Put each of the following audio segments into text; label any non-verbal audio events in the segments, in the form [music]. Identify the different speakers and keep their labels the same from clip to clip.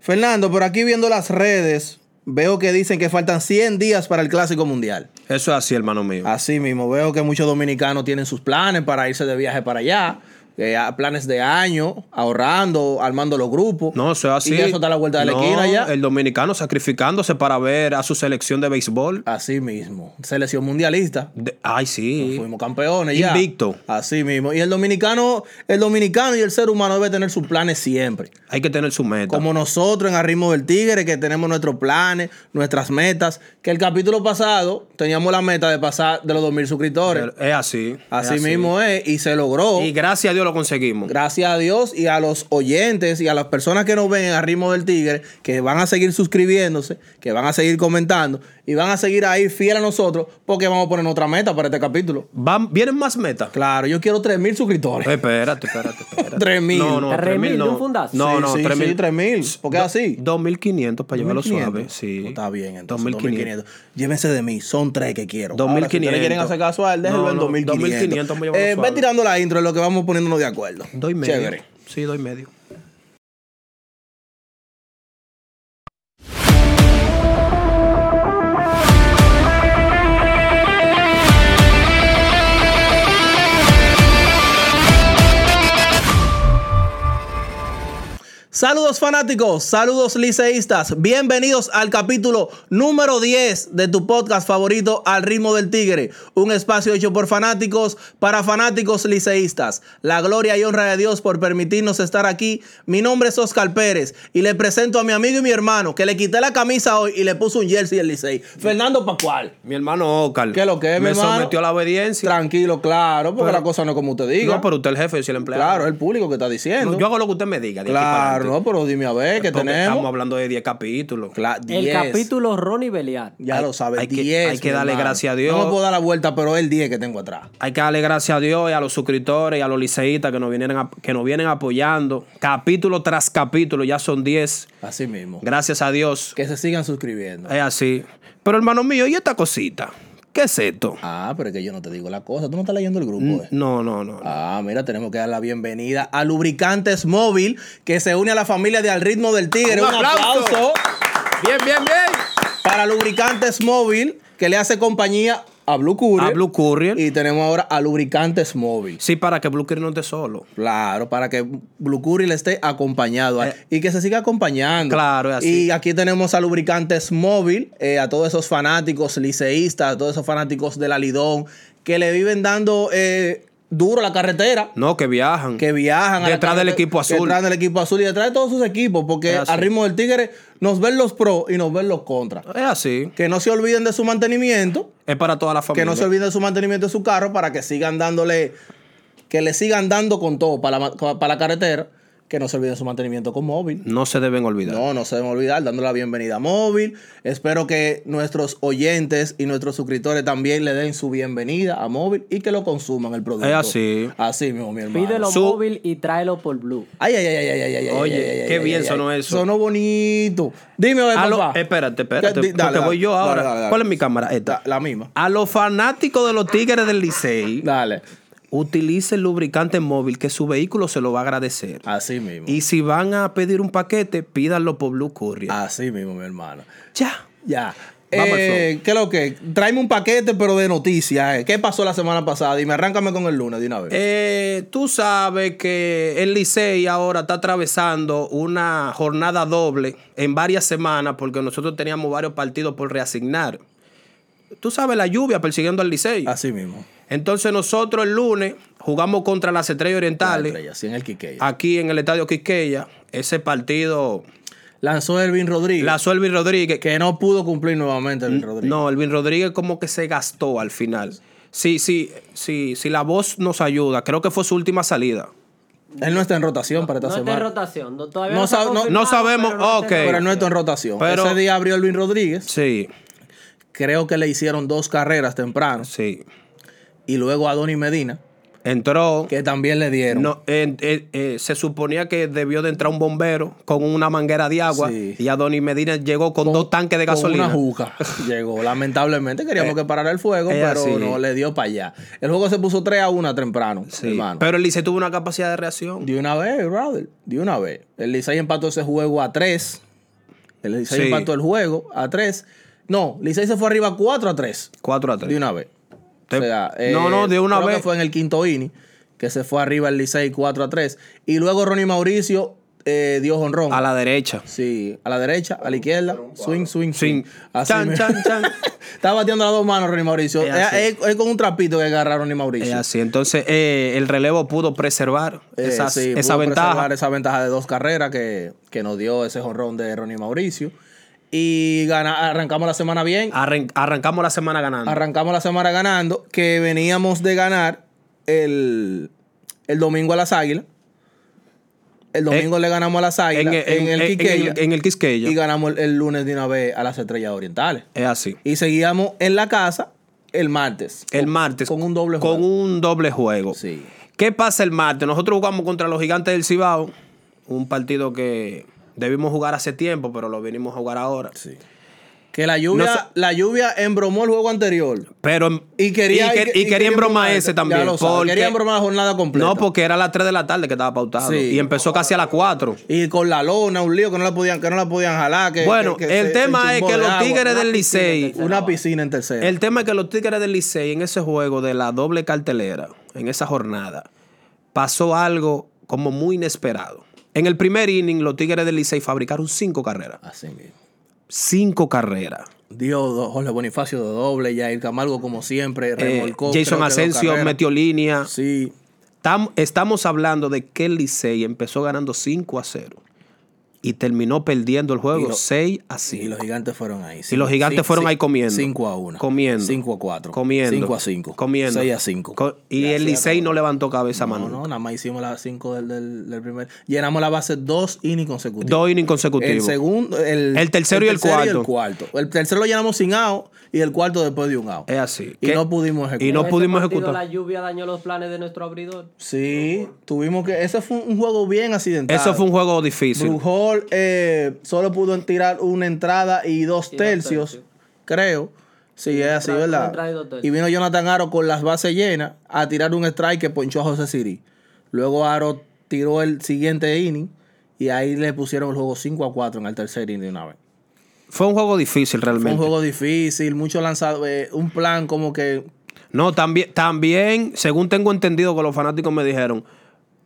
Speaker 1: Fernando, por aquí viendo las redes, veo que dicen que faltan 100 días para el Clásico Mundial.
Speaker 2: Eso es así, hermano mío.
Speaker 1: Así mismo, veo que muchos dominicanos tienen sus planes para irse de viaje para allá. eh, a- planes de año, ahorrando, armando los grupos.
Speaker 2: No, eso es así.
Speaker 1: Y ya eso está a la vuelta de la
Speaker 2: No,
Speaker 1: esquina ya.
Speaker 2: El dominicano sacrificándose para ver a su selección de béisbol.
Speaker 1: Así mismo. Selección mundialista.
Speaker 2: De- ay, sí.
Speaker 1: Fuimos campeones ya.
Speaker 2: Invicto.
Speaker 1: Así mismo. Y el dominicano, el dominicano y el ser humano debe tener sus planes siempre.
Speaker 2: Hay que tener su meta.
Speaker 1: Como nosotros en Arritmo del Tigre, que tenemos nuestros planes, nuestras metas. Que el capítulo pasado teníamos la meta de pasar de los 2.000 suscriptores.
Speaker 2: Pero es así. es
Speaker 1: así, mismo es, y se logró.
Speaker 2: Y gracias a Dios lo conseguimos.
Speaker 1: Gracias a Dios y a los oyentes y a las personas que nos ven en Arritmo del Tigre, que van a seguir suscribiéndose, que van a seguir comentando y van a seguir ahí fiel a nosotros porque vamos a poner otra meta para este capítulo.
Speaker 2: Van- ¿Vienen más metas?
Speaker 1: Claro, yo quiero 3.000 suscriptores.
Speaker 2: Eh, Espérate, espérate,
Speaker 1: [laughs]
Speaker 2: espérate.
Speaker 1: 3.000.
Speaker 2: No, no, 3.000
Speaker 3: 3.000 de
Speaker 2: no.
Speaker 3: un fundazo.
Speaker 2: No, no,
Speaker 1: sí,
Speaker 2: 3.000.
Speaker 1: sí, 3.000. ¿Por qué así?
Speaker 2: 2.500 para
Speaker 1: 1500.
Speaker 2: llevarlo suave. Sí.
Speaker 1: Pues está bien, entonces.
Speaker 2: 2.500.
Speaker 1: 2.500. Llévense de mí, son tres que quiero.
Speaker 2: 2500.
Speaker 1: Ahora, si ustedes quieren hacer caso a él, déjenlo
Speaker 2: No,
Speaker 1: en
Speaker 2: no, 2500,
Speaker 1: 2.500.
Speaker 2: vamos a llevarlo
Speaker 1: Eh,
Speaker 2: suave.
Speaker 1: ve tirando la intro en lo que vamos poniéndonos de acuerdo.
Speaker 2: Doy medio.
Speaker 1: Chévere.
Speaker 2: Sí, doy medio.
Speaker 1: Saludos fanáticos, saludos liceístas, bienvenidos al capítulo número 10 de tu podcast favorito Al ritmo del tigre, un espacio hecho por fanáticos para fanáticos liceístas. La gloria y honra de Dios por permitirnos estar aquí. Mi nombre es Oscar Pérez y le presento a mi amigo y mi hermano que le quité la camisa hoy y le puso un jersey del Licey, Fernando Pascual.
Speaker 2: Mi hermano Oscar.
Speaker 1: ¿Qué es lo que es, mi
Speaker 2: Me
Speaker 1: hermano?
Speaker 2: sometió a la obediencia.
Speaker 1: Tranquilo, claro, porque
Speaker 2: Pero-
Speaker 1: la cosa no es como usted diga.
Speaker 2: No, pero usted es el jefe, yo soy el empleado.
Speaker 1: claro, es el público que está diciendo.
Speaker 2: No, yo hago lo que usted me diga. de aquí para
Speaker 1: claro,
Speaker 2: adelante.
Speaker 1: no, pero dime a ver qué
Speaker 2: Porque
Speaker 1: tenemos.
Speaker 2: Estamos hablando de 10 capítulos.
Speaker 1: Cla-
Speaker 3: El
Speaker 1: 10.
Speaker 3: capítulo Ronnie Beliat.
Speaker 1: Ya
Speaker 2: Hay-
Speaker 1: lo sabes,
Speaker 2: hay que-
Speaker 1: 10,
Speaker 2: hay que
Speaker 1: mi
Speaker 2: darle
Speaker 1: hermano.
Speaker 2: gracias a Dios.
Speaker 1: No me puedo dar la vuelta, pero es el 10 que tengo atrás.
Speaker 2: Hay que darle gracias a Dios y a los suscriptores y a los liceístas que nos vienen, a- que nos vienen apoyando. Capítulo tras capítulo, ya son 10.
Speaker 1: Así mismo.
Speaker 2: Gracias a Dios.
Speaker 1: Que se sigan suscribiendo.
Speaker 2: Es así. Pero hermano mío, ¿y esta cosita? ¿Qué es esto?
Speaker 1: Ah, pero es que yo no te digo la cosa. Tú no estás leyendo el grupo, eh.
Speaker 2: No, no, no. no.
Speaker 1: Ah, mira, tenemos que dar la bienvenida a Lubricantes Móvil, que se une a la familia de Al Ritmo del Tigre.
Speaker 2: ¡Un
Speaker 1: Un aplauso,
Speaker 2: aplauso! Bien, bien, bien.
Speaker 1: para Lubricantes Móvil, que le hace compañía a Blue Courier.
Speaker 2: A Blue Courier.
Speaker 1: Y tenemos ahora a Lubricantes Móvil.
Speaker 2: Sí, para que Blue Courier no esté solo.
Speaker 1: Claro, para que Blue Curry le esté acompañado a- y que se siga acompañando.
Speaker 2: Eh. claro, es así.
Speaker 1: Y aquí tenemos a Lubricantes Móvil, eh, a todos esos fanáticos liceístas, a todos esos fanáticos del Alidón, que le viven dando eh, duro a la carretera,
Speaker 2: No, que viajan.
Speaker 1: que viajan. a la
Speaker 2: Detrás del
Speaker 1: carretera,
Speaker 2: equipo azul.
Speaker 1: Detrás del equipo azul y detrás de todos sus equipos, porque
Speaker 2: Es así.
Speaker 1: al ritmo del Tigre nos ven los pros y nos ven los contras.
Speaker 2: Es así.
Speaker 1: Que no se olviden de su mantenimiento
Speaker 2: Es para toda la familia.
Speaker 1: que no se olviden de su mantenimiento de su carro para que sigan dándole, que le sigan dando con todo para la, ma- para la carretera, que no se olviden de su mantenimiento con móvil.
Speaker 2: No se deben olvidar.
Speaker 1: No, no se deben olvidar, dándole la bienvenida a móvil. Espero que nuestros oyentes y nuestros suscriptores también le den su bienvenida a móvil y que lo consuman el producto.
Speaker 2: Es así.
Speaker 1: Así mismo, mi hermano.
Speaker 3: Pídelo
Speaker 2: Su-
Speaker 3: móvil y tráelo por Blue.
Speaker 1: Ay, ay, ay, ay, ay, ay, ay.
Speaker 2: Oye,
Speaker 1: ay, ay, ay,
Speaker 2: qué
Speaker 1: ay,
Speaker 2: bien
Speaker 1: ay,
Speaker 2: sonó
Speaker 1: ay.
Speaker 2: eso.
Speaker 1: Sonó bonito. Dime, a ver,
Speaker 2: A lo-
Speaker 1: papá.
Speaker 2: espérate, espérate.
Speaker 1: Di- dale,
Speaker 2: porque voy
Speaker 1: dale,
Speaker 2: yo
Speaker 1: dale,
Speaker 2: ahora.
Speaker 1: dale, dale.
Speaker 2: ¿Cuál es mi cámara? Esta.
Speaker 1: Da- La misma.
Speaker 2: A los fanáticos de los Tigres del Licey,
Speaker 1: Dale.
Speaker 2: utilice el lubricante móvil que su vehículo se lo va a agradecer.
Speaker 1: Así mismo.
Speaker 2: Y si van a pedir un paquete, pídanlo por Blue Courier.
Speaker 1: Así mismo, mi hermano.
Speaker 2: Ya.
Speaker 1: Ya.
Speaker 2: Vamos al
Speaker 1: Eh, ¿Qué es lo que? Tráeme un paquete, pero de noticias. eh. ¿Qué pasó la semana pasada? Dime, arráncame con el lunes de una vez.
Speaker 2: Eh, tú sabes que el Licey ahora está atravesando una jornada doble en varias semanas porque nosotros teníamos varios partidos por reasignar. Tú sabes la lluvia persiguiendo al Licey.
Speaker 1: Así mismo.
Speaker 2: Entonces nosotros el lunes jugamos contra las Estrellas
Speaker 1: Dale.
Speaker 2: Orientales
Speaker 1: Así en el Quiqueya.
Speaker 2: aquí en el Estadio Quisqueya. Ese partido
Speaker 1: Lanzó Elvin Rodríguez.
Speaker 2: la Mm, Elvin Rodríguez.
Speaker 1: Que no pudo cumplir nuevamente Elvin Rodríguez.
Speaker 2: No, Elvin Rodríguez como que se gastó al final. Sí, sí, sí, si la voz nos ayuda, creo que fue su última salida.
Speaker 1: Él no está en rotación para esta
Speaker 3: No está en
Speaker 1: semana.
Speaker 3: rotación. No, todavía
Speaker 1: No
Speaker 3: no, está
Speaker 1: sab- no-
Speaker 3: confirmado,
Speaker 2: no sabemos,
Speaker 3: pero no está en
Speaker 2: ok.
Speaker 1: Pero él
Speaker 3: rotación.
Speaker 1: no está en rotación.
Speaker 2: Pero-
Speaker 1: Ese día abrió Elvin Rodríguez.
Speaker 2: Sí,
Speaker 1: Creo que le hicieron dos carreras temprano.
Speaker 2: sí.
Speaker 1: Y luego a Donny Medina,
Speaker 2: Entró.
Speaker 1: que también le dieron.
Speaker 2: No, en- eh, eh, se suponía que debió de entrar un bombero con una manguera de agua
Speaker 1: Sí.
Speaker 2: y a Donny Medina llegó con, dos tanques de
Speaker 1: con
Speaker 2: gasolina. Eh.
Speaker 1: una juca.
Speaker 2: [laughs]
Speaker 1: Llegó, lamentablemente. Queríamos que parara el fuego,
Speaker 2: es
Speaker 1: pero
Speaker 2: así.
Speaker 1: no le dio para allá. El juego se puso 3 a 1 temprano,
Speaker 2: Sí,
Speaker 1: hermano.
Speaker 2: Pero el Licey tuvo una capacidad de reacción.
Speaker 1: De una vez, brother. De una vez. El Licey empató ese juego a 3. El Licey
Speaker 2: Sí.
Speaker 1: empató el juego a 3. No, Licey se fue arriba 4 a 3
Speaker 2: 4 a 3.
Speaker 1: de una vez.
Speaker 2: Te-
Speaker 1: O sea, eh,
Speaker 2: no, no, de una
Speaker 1: creo que
Speaker 2: vez.
Speaker 1: fue en el quinto inning que se fue arriba el Licey 4 a 3. Y luego Ronnie Mauricio eh, dio jonrón.
Speaker 2: A la derecha.
Speaker 1: Sí, a la derecha, a la izquierda, swing, swing, swing.
Speaker 2: Swing.
Speaker 1: Así
Speaker 2: Chan,
Speaker 1: mismo. [laughs]
Speaker 2: chan, chan.
Speaker 1: Está bateando las dos manos Ronnie Mauricio.
Speaker 2: Es
Speaker 1: Es,
Speaker 2: así.
Speaker 1: es- es con un trapito que agarra Ronnie
Speaker 2: [laughs] Es
Speaker 1: Mauricio.
Speaker 2: así. Entonces, eh, el relevo pudo preservar
Speaker 1: Eh,
Speaker 2: esas-
Speaker 1: sí,
Speaker 2: esa
Speaker 1: pudo
Speaker 2: ventaja.
Speaker 1: preservar Esa ventaja de dos carreras que, que nos dio ese jorrón de Ronnie Mauricio. Y gana- arrancamos la semana bien.
Speaker 2: Arran- arrancamos la semana ganando.
Speaker 1: Arrancamos la semana ganando, que veníamos de ganar el, el domingo a las Águilas. El domingo le ganamos a las Águilas en, el Quiqueya.
Speaker 2: e, en el Quisqueya.
Speaker 1: y ganamos el, el lunes de una vez a las Estrellas Orientales.
Speaker 2: es así.
Speaker 1: Y seguíamos en la casa el martes.
Speaker 2: El martes.
Speaker 1: Con un doble
Speaker 2: Con
Speaker 1: juego.
Speaker 2: un doble juego.
Speaker 1: Sí.
Speaker 2: ¿Qué pasa el martes? Nosotros jugamos contra los gigantes del Cibao. Un partido que debimos jugar hace tiempo, pero lo venimos a jugar ahora.
Speaker 1: Sí. Que la lluvia,
Speaker 2: No sa-
Speaker 1: la lluvia embromó el juego anterior.
Speaker 2: Pero,
Speaker 1: Y quería,
Speaker 2: y, que- y quería embromar ese también.
Speaker 1: Ya lo sabe,
Speaker 2: porque-
Speaker 1: quería embromar la jornada completa.
Speaker 2: No, porque era a las 3 de la tarde que estaba pautado.
Speaker 1: Sí.
Speaker 2: Y empezó casi a las 4.
Speaker 1: Y con la lona, un lío que no la podían, que no la podían jalar. que-
Speaker 2: Bueno,
Speaker 1: que- que
Speaker 2: el
Speaker 1: se-
Speaker 2: tema
Speaker 1: se
Speaker 2: es
Speaker 1: chumbó
Speaker 2: que
Speaker 1: de
Speaker 2: los
Speaker 1: agua.
Speaker 2: Tigres del
Speaker 1: Una piscina en
Speaker 2: Licey-
Speaker 1: tercera. Una piscina en tercera.
Speaker 2: El tema es que los Tigres del Licey en ese juego de la doble cartelera, en esa jornada, pasó algo como muy inesperado. En el primer inning, los Tigres del Licey fabricaron cinco carreras.
Speaker 1: Así mismo.
Speaker 2: Cinco carreras.
Speaker 1: Dios, Jorge Bonifacio de doble, Yair Camargo, como siempre,
Speaker 2: Eh,
Speaker 1: remolcó. creo
Speaker 2: Jason
Speaker 1: que dos
Speaker 2: Asensio
Speaker 1: carreras.
Speaker 2: metió línea.
Speaker 1: Sí.
Speaker 2: Tam- estamos hablando de que el Licey empezó ganando 5 a 0 y terminó perdiendo el
Speaker 1: Y
Speaker 2: juego
Speaker 1: lo-
Speaker 2: 6 a
Speaker 1: Y
Speaker 2: 5.
Speaker 1: los gigantes fueron ahí.
Speaker 2: Y los gigantes fueron ahí comiendo.
Speaker 1: 5 a 1.
Speaker 2: Comiendo.
Speaker 1: 5 a 4.
Speaker 2: Comiendo.
Speaker 1: 5 a 5.
Speaker 2: Comiendo.
Speaker 1: 6 a 5.
Speaker 2: Co- y el Licey no levantó cabeza
Speaker 1: No,
Speaker 2: mano.
Speaker 1: no, nada más hicimos las 5 del, del, del primer. Llenamos la base dos innings consecutivos.
Speaker 2: Dos innings
Speaker 1: El
Speaker 2: consecutivos.
Speaker 1: segundo, el,
Speaker 2: El tercero y el
Speaker 1: El, cuarto. El tercero lo llenamos sin out y el cuarto después de un out.
Speaker 2: Es así.
Speaker 1: Y
Speaker 2: Eh, ¿Qué?
Speaker 1: no pudimos ejecutar.
Speaker 2: Y no
Speaker 3: Ese
Speaker 2: pudimos
Speaker 3: partido,
Speaker 2: ejecutar.
Speaker 3: La lluvia dañó los planes de nuestro abridor.
Speaker 1: Sí, tuvimos que. Ese fue un juego bien accidentado.
Speaker 2: Eso fue un juego difícil.
Speaker 1: Brujol eh, solo pudo tirar una entrada y dos
Speaker 3: Y dos
Speaker 1: tercios,
Speaker 3: tercios.
Speaker 1: creo. Sí, es así,
Speaker 3: entrada- una
Speaker 1: ¿verdad?
Speaker 3: entrada y dos tercios.
Speaker 1: Y vino Jonathan Aro con las bases llenas a tirar un strike que ponchó a José Siri. Luego Aro tiró el siguiente inning y ahí le pusieron el juego 5 a 4 en el tercer inning de una vez.
Speaker 2: Fue un juego difícil
Speaker 1: Fue un
Speaker 2: realmente.
Speaker 1: juego difícil, mucho lanzado, eh, un plan como que
Speaker 2: No, también, también, según tengo entendido que los fanáticos me dijeron,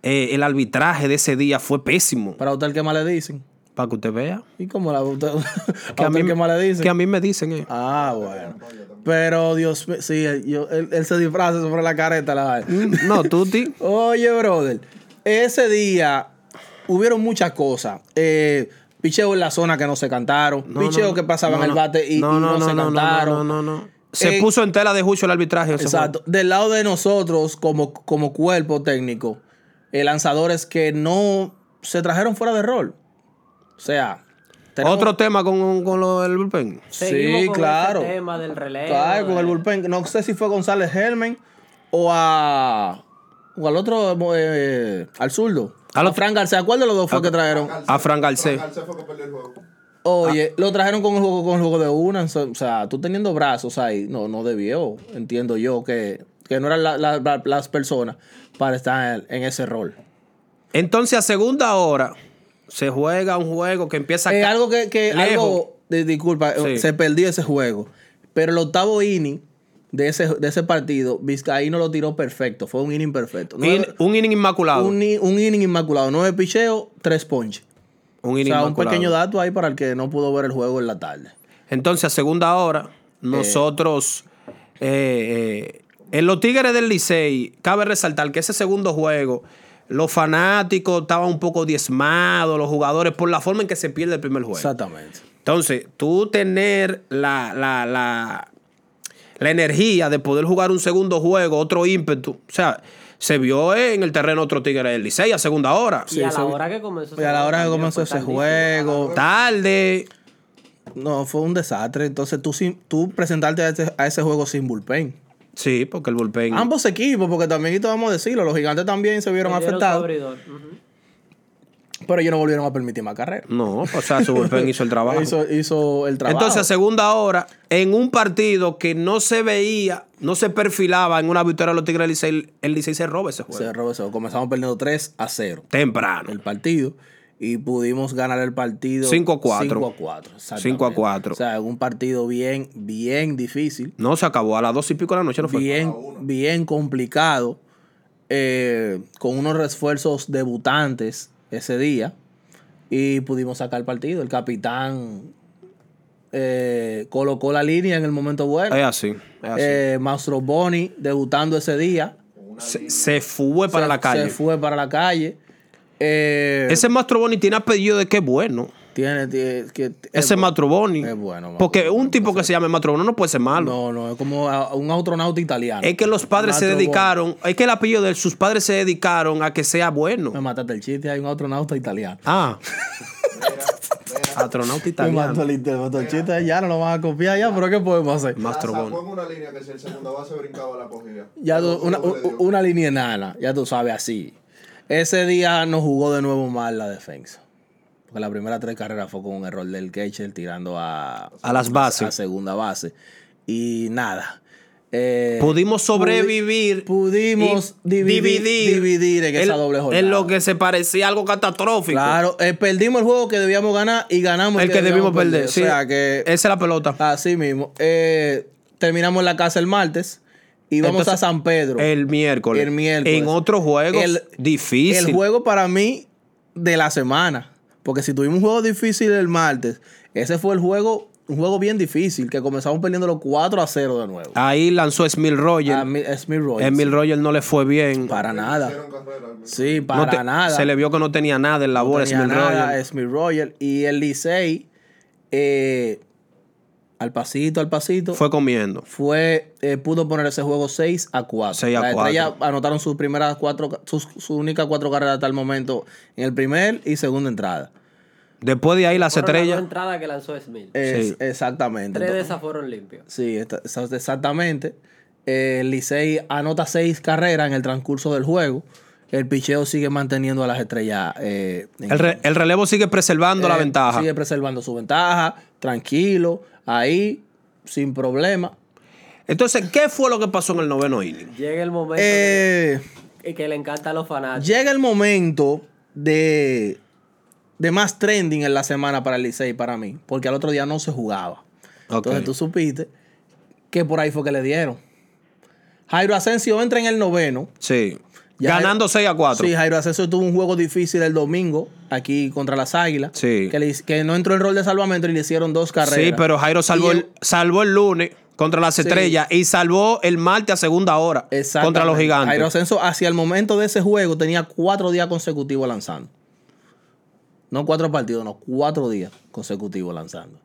Speaker 2: eh, el arbitraje de ese día fue pésimo.
Speaker 1: para usted que más le dicen.
Speaker 2: Para que usted vea.
Speaker 1: ¿Y cómo la [laughs] usted,
Speaker 2: Que a, mí,
Speaker 1: que más le dicen?
Speaker 2: que a mí me
Speaker 1: [laughs]
Speaker 2: dicen. eh.
Speaker 1: Ah, bueno. Pero Dios mío, sí, eh, yo- él, él se disfraza sobre la careta. La... vaina.
Speaker 2: Mm, No, Tuti.
Speaker 1: Oye, brother, ese día hubieron muchas cosas. Eh, picheo en la zona que no se cantaron.
Speaker 2: No,
Speaker 1: picheo
Speaker 2: no,
Speaker 1: que pasaban
Speaker 2: no,
Speaker 1: el
Speaker 2: no.
Speaker 1: bate y y no, se cantaron.
Speaker 2: No, no, no, no. Se
Speaker 1: Eh,
Speaker 2: puso en tela de juicio el arbitraje. ese
Speaker 1: Exacto. Del lado de nosotros, como, como cuerpo técnico, eh, lanzadores que no se trajeron fuera de rol. O sea,
Speaker 2: juego.
Speaker 1: tenemos-
Speaker 2: Otro tema con, con lo del bullpen.
Speaker 3: Seguimos
Speaker 1: Sí,
Speaker 3: con
Speaker 1: claro.
Speaker 3: ese tema eh, del relevo.
Speaker 1: Claro, con el
Speaker 3: de-
Speaker 1: bullpen. No sé si fue González Helmen o a. O al otro, eh, al zurdo.
Speaker 2: Al
Speaker 1: A
Speaker 2: otro-
Speaker 1: Fran García. ¿Cuál de los dos fue que trajeron?
Speaker 2: A Fran Garcés.
Speaker 4: fue que perdió el juego.
Speaker 1: Oye, lo trajeron con el juego, con el juego de una. O sea, tú teniendo brazos ahí, no, no debió. Entiendo yo que, que no eran la- la- la- las personas para estar en ese rol.
Speaker 2: Entonces, a segunda hora, se juega un juego que empieza
Speaker 1: Eh,
Speaker 2: ca-
Speaker 1: algo que, que
Speaker 2: Lejos.
Speaker 1: algo, di- disculpa, eh,
Speaker 2: Sí.
Speaker 1: se perdió ese juego. Pero el octavo inning de ese, de ese partido, Vizcaíno lo tiró perfecto. Fue un inning perfecto.
Speaker 2: in-
Speaker 1: Nueve-
Speaker 2: un inning inmaculado.
Speaker 1: un,
Speaker 2: Un,
Speaker 1: i- un inning inmaculado. Nueve picheos, tres ponches. O
Speaker 2: inning
Speaker 1: sea, un
Speaker 2: inmaculado.
Speaker 1: pequeño dato ahí para el que no pudo ver el juego en la tarde.
Speaker 2: Entonces, a segunda hora,
Speaker 1: Eh.
Speaker 2: nosotros. eh, eh, en los Tigres del Licey, cabe resaltar que ese segundo juego, los fanáticos estaban un poco diezmados, los jugadores, por la forma en que se pierde el primer juego.
Speaker 1: Exactamente.
Speaker 2: Entonces, tú tener la, la, la, la energía de poder jugar un segundo juego, otro ímpetu. O sea, se vio en el terreno otro Tigre del Licey a segunda hora.
Speaker 3: Y a
Speaker 1: Sí,
Speaker 3: la
Speaker 1: se-
Speaker 3: hora que comenzó.
Speaker 1: Y a la hora que comenzó ese juego,
Speaker 2: Tarde.
Speaker 1: no, fue un desastre. Entonces tú, sin, tú presentarte a ese, a ese juego sin bullpen.
Speaker 2: Sí, porque el bullpen.
Speaker 1: Ambos equipos, porque también, y te vamos a decirlo, los gigantes también se vieron afectados. Pero ellos no volvieron a permitir más carreras.
Speaker 2: No, o sea, su bullpen
Speaker 1: [laughs]
Speaker 2: hizo el trabajo.
Speaker 1: Hizo, hizo el trabajo.
Speaker 2: Ah, Entonces, a segunda hora, en un partido que no se veía, no se perfilaba en una victoria de los Tigres del Licey, el Licey se roba ese juego.
Speaker 1: se robó eso. Comenzamos perdiendo 3 a 0
Speaker 2: Temprano.
Speaker 1: el partido. y pudimos ganar el partido
Speaker 2: 5 a 4.
Speaker 1: 5 a 4. exactamente.
Speaker 2: 5 a 4.
Speaker 1: O sea, un partido bien, bien difícil,
Speaker 2: No, se acabó a las dos y pico de la noche, no fue.
Speaker 1: bien, bien complicado, eh, con unos refuerzos debutantes ese día y pudimos sacar el partido. El capitán eh, colocó la línea en el momento bueno.
Speaker 2: Es así, es así.
Speaker 1: Eh, Mauro Boni debutando ese día.
Speaker 2: se, se fue para
Speaker 1: Se-
Speaker 2: la calle.
Speaker 1: Se fue para la calle. Eh,
Speaker 2: Ese Mastro Boni tiene apellido de qué bueno.
Speaker 1: tiene, tiene- que, eh, es
Speaker 2: Ese
Speaker 1: bu-
Speaker 2: Mastro Boni.
Speaker 1: es bueno,
Speaker 2: Porque
Speaker 1: Mastro
Speaker 2: un tipo que se llame Mastro Boni no puede ser malo.
Speaker 1: No, no, es como a- un astronauta italiano.
Speaker 2: Es que los padres se
Speaker 1: Mastro Boni.
Speaker 2: dedicaron, es que el apellido de sus padres se dedicaron a que sea bueno.
Speaker 1: Me mataste el chiste, hay un astronauta italiano.
Speaker 2: Ah. [laughs] Astronauta
Speaker 1: Me mató
Speaker 2: italiano.
Speaker 1: el, me mató el chiste, ya no lo van a copiar ya, pero ¿qué podemos hacer?
Speaker 2: Mastro
Speaker 4: La
Speaker 2: Boni.
Speaker 4: sacó en una línea que si el segundo base brincaba la cogía.
Speaker 1: Ya tú-
Speaker 4: Pero
Speaker 1: una,
Speaker 4: seguro le
Speaker 1: u-
Speaker 4: dio.
Speaker 1: una línea enana, ya tú sabes así. Ese día nos jugó de nuevo mal la defensa. Porque la primera tres carreras fue con un error del catcher tirando a,
Speaker 2: A las
Speaker 1: a
Speaker 2: bases.
Speaker 1: segunda base. Y nada. Eh,
Speaker 2: Pudimos sobrevivir.
Speaker 1: pudimos
Speaker 2: y
Speaker 1: dividir, dividir, en esa
Speaker 2: en-
Speaker 1: doble jornada.
Speaker 2: En lo que se parecía algo catastrófico.
Speaker 1: Claro, eh, perdimos el juego que debíamos ganar y ganamos
Speaker 2: El que debimos perder. sí.
Speaker 1: O sea que
Speaker 2: Esa es la pelota.
Speaker 1: así mismo. Eh, terminamos la casa el martes y vamos
Speaker 2: Entonces, eh,
Speaker 1: a San Pedro.
Speaker 2: El miércoles.
Speaker 1: El miércoles.
Speaker 2: En otro juego
Speaker 1: El-
Speaker 2: difícil.
Speaker 1: El juego para mí de la semana. Porque si tuvimos un juego difícil el martes, ese fue el juego, un juego bien difícil, que comenzamos perdiendo los 4 a 0 de nuevo.
Speaker 2: Ahí lanzó Smith Roger.
Speaker 1: A mi- Smith Royce.
Speaker 2: Emil Roger no le fue bien.
Speaker 1: Ah, Para nada.
Speaker 4: Hicieron carrera al mismo.
Speaker 1: Sí,
Speaker 2: No
Speaker 1: para
Speaker 2: te-
Speaker 1: nada.
Speaker 2: Se le vio que no tenía nada en la bola
Speaker 1: tenía
Speaker 2: Smith
Speaker 1: nada,
Speaker 2: Roger.
Speaker 1: Smith Roger. Y el Licey, eh, al pasito, al pasito, fue,
Speaker 2: Fue comiendo.
Speaker 1: eh, pudo poner ese juego 6 a 4.
Speaker 2: 6 a
Speaker 1: Las
Speaker 2: 4.
Speaker 1: estrellas anotaron sus primeras cuatro, ca- sus, sus únicas cuatro carreras hasta el momento en el primer y segunda entrada.
Speaker 2: Después de ahí las
Speaker 3: Fueron las dos
Speaker 2: estrellas.
Speaker 3: entradas que lanzó Smith.
Speaker 1: Es-
Speaker 2: Sí.
Speaker 1: Exactamente.
Speaker 3: Tres de esas fueron limpios.
Speaker 1: Sí, esta- esa- exactamente. Eh, El Licey anota seis carreras en el transcurso del juego. El picheo sigue manteniendo a las estrellas. eh, en-
Speaker 2: El, re- el relevo sigue preservando la
Speaker 1: Eh,
Speaker 2: ventaja.
Speaker 1: Sigue preservando su ventaja, tranquilo, ahí, sin problema.
Speaker 2: Entonces, ¿qué fue lo que pasó en el noveno inning?
Speaker 3: Llega el momento
Speaker 1: Eh,
Speaker 3: que, que le encanta a los fanáticos.
Speaker 1: llega el momento de, de más trending en la semana para el Licey, para mí, porque al otro día no se jugaba. Entonces
Speaker 2: Ok.
Speaker 1: tú supiste que por ahí fue que le dieron. Jairo Asensio entra en el noveno.
Speaker 2: Sí.
Speaker 1: Ya-
Speaker 2: Ganando 6 a 4.
Speaker 1: Sí, Jairo Asensio tuvo un juego difícil el domingo aquí contra las Águilas.
Speaker 2: Sí.
Speaker 1: Que, le- que no entró el rol de salvamento y le hicieron dos carreras.
Speaker 2: Sí, pero Jairo salvó
Speaker 1: Y
Speaker 2: el, salvó el lunes contra las estrellas y salvó el martes a segunda hora
Speaker 1: Exactamente.
Speaker 2: contra los gigantes.
Speaker 1: Jairo Asensio, hacia el momento de ese juego, tenía cuatro días consecutivos lanzando. No cuatro partidos, no, cuatro días consecutivos lanzando.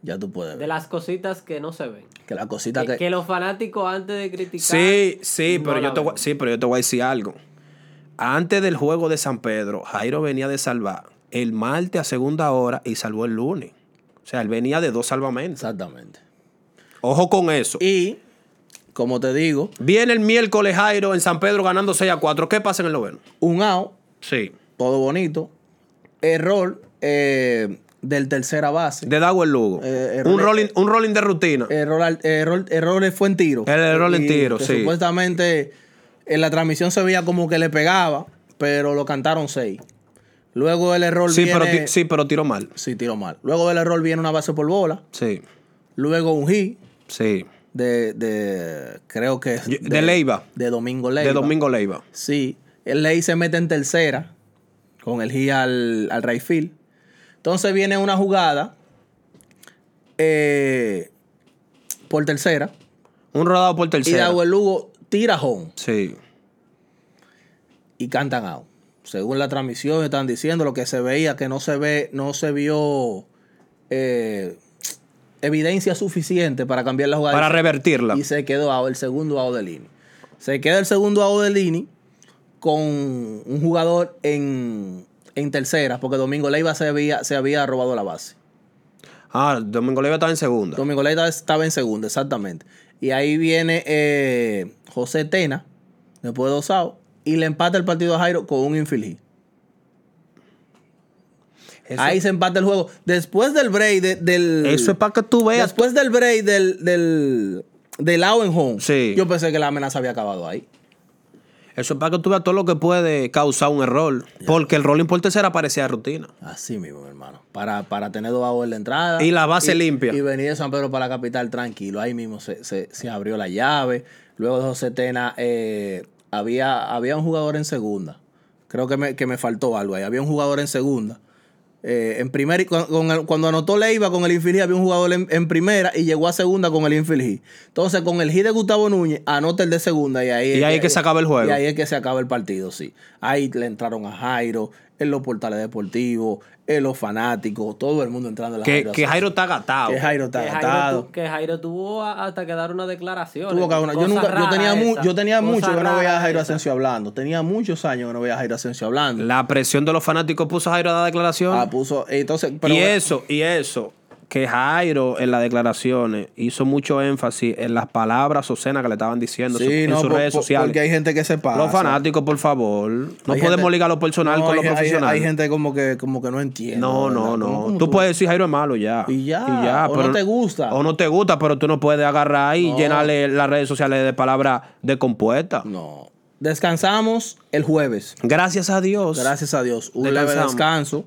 Speaker 1: Ya tú puedes
Speaker 3: De
Speaker 1: ver.
Speaker 3: las cositas que no se ven.
Speaker 1: Que la cosita
Speaker 3: Que,
Speaker 1: que.
Speaker 3: que los fanáticos antes de criticar.
Speaker 2: Sí, sí,
Speaker 3: no
Speaker 2: pero
Speaker 3: la
Speaker 2: yo te, voy-
Speaker 3: ven.
Speaker 2: sí, pero yo te voy a decir algo. Antes del juego de San Pedro, Jairo venía de salvar el martes a segunda hora y salvó el lunes. O sea, él venía de dos salvamentos.
Speaker 1: Exactamente.
Speaker 2: Ojo con eso.
Speaker 1: Y, como te digo,
Speaker 2: Viene el miércoles Jairo en San Pedro ganando 6 a 4. ¿Qué pasa en el noveno?
Speaker 1: un out,
Speaker 2: Sí.
Speaker 1: todo bonito. Error eh, del tercera base.
Speaker 2: De Dago el Lugo.
Speaker 1: Eh,
Speaker 2: un,
Speaker 1: errores-
Speaker 2: rolling, un rolling de rutina.
Speaker 1: Error, al- error, errores fue en tiro.
Speaker 2: El error en
Speaker 1: Y
Speaker 2: tiro,
Speaker 1: que
Speaker 2: sí.
Speaker 1: Supuestamente en la transmisión se veía como que le pegaba, pero lo cantaron seis. Luego el error
Speaker 2: sí,
Speaker 1: viene.
Speaker 2: pero ti- sí, pero tiró mal.
Speaker 1: Sí, tiro mal. Luego del error viene una base por bola.
Speaker 2: Sí,
Speaker 1: Luego un hit
Speaker 2: sí.
Speaker 1: de, de- creo que es
Speaker 2: Yo- de Leiva.
Speaker 1: De Domingo Leiva.
Speaker 2: De Domingo Leiva.
Speaker 1: Sí. El Ley se mete en tercera con el hit al, al right field. Entonces viene una jugada eh, por tercera.
Speaker 2: Un rodado por
Speaker 1: Y
Speaker 2: tercera.
Speaker 1: Dago el Lugo tira home
Speaker 2: Sí.
Speaker 1: y cantan out. Según la transmisión están diciendo lo que se veía, que no se ve, no se vio eh, evidencia suficiente para cambiar la jugada.
Speaker 2: Para revertirla.
Speaker 1: y se quedó out, el segundo out de Lini. Se queda el segundo out de Lini con un jugador en, en tercera, porque Domingo Leiva se había, se había robado la base.
Speaker 2: Ah, Domingo Leiva estaba en segunda.
Speaker 1: Domingo Leiva estaba en segunda, exactamente. Y ahí viene eh, José Tena, después de dos outs, y le empata el partido a Jairo con un infield hit.
Speaker 2: Eso-
Speaker 1: Ahí se empata el juego. Después del break de- del.
Speaker 2: Eso es para que tú veas.
Speaker 1: Después del break del. del del out en home.
Speaker 2: Sí.
Speaker 1: Yo pensé que la amenaza había acabado ahí.
Speaker 2: Eso es para que tú veas todo lo que puede causar un error. Porque el rol importante será parecida de rutina.
Speaker 1: Así mismo, mi hermano. Para, para tener dos babos en la entrada.
Speaker 2: Y la base limpia.
Speaker 1: Y venir de San Pedro para la capital tranquilo. Ahí mismo se, se- se abrió la llave. Luego de José Tena, eh, había, había un jugador en segunda. Creo que me, que me faltó algo ahí. Había un jugador en segunda. Eh, en primera, y con- con el- cuando anotó Leiva con el infeliz, había un jugador en, en primera y llegó a segunda con el infeliz. Entonces, con el hit de Gustavo Núñez, anota el de segunda y ahí,
Speaker 2: Y ahí es que se acaba el juego.
Speaker 1: Y ahí es que se acaba el partido, sí. Ahí le entraron a Jairo, en los portales deportivos, en los fanáticos, todo el mundo entrando a la
Speaker 2: Que,
Speaker 1: Jairo.
Speaker 2: que
Speaker 1: Asensio.
Speaker 2: Jairo está agatado.
Speaker 1: Que Jairo está
Speaker 3: Que Jairo,
Speaker 1: atado.
Speaker 3: tu- que Jairo tuvo a- hasta que dar una declaración.
Speaker 1: Tuvo que haber una- yo, nunca, yo tenía, mu- yo tenía mucho que no veía a Jairo Asensio hablando. Tenía muchos años que no veía a Jairo Asensio hablando.
Speaker 2: La presión de los fanáticos puso a Jairo a dar declaraciones.
Speaker 1: Ah, puso, entonces, pero-
Speaker 2: y eso, y eso, que Jairo en las declaraciones hizo mucho énfasis en las palabras obscenas que le estaban diciendo
Speaker 1: Sí,
Speaker 2: en
Speaker 1: no,
Speaker 2: sus
Speaker 1: por-
Speaker 2: redes
Speaker 1: por-
Speaker 2: sociales.
Speaker 1: porque hay gente que se pasa.
Speaker 2: Los fanáticos, por favor. No
Speaker 1: Hay
Speaker 2: podemos
Speaker 1: gente-
Speaker 2: ligar lo personal
Speaker 1: No,
Speaker 2: con lo
Speaker 1: hay- hay-
Speaker 2: profesional.
Speaker 1: Hay, gente como que, como que no entiende.
Speaker 2: no,
Speaker 1: ¿verdad?
Speaker 2: no,
Speaker 1: ¿Cómo-
Speaker 2: no.
Speaker 1: cómo
Speaker 2: Tú, puedes decir Jairo es malo ya.
Speaker 1: Y ya, o no te gusta.
Speaker 2: O no te gusta, pero tú no puedes agarrar y
Speaker 1: No.
Speaker 2: llenarle las redes sociales de palabras descompuestas.
Speaker 1: No. Descansamos el jueves.
Speaker 2: Gracias a Dios.
Speaker 1: Gracias a Dios. Un leve
Speaker 2: Descansamos.
Speaker 1: descanso.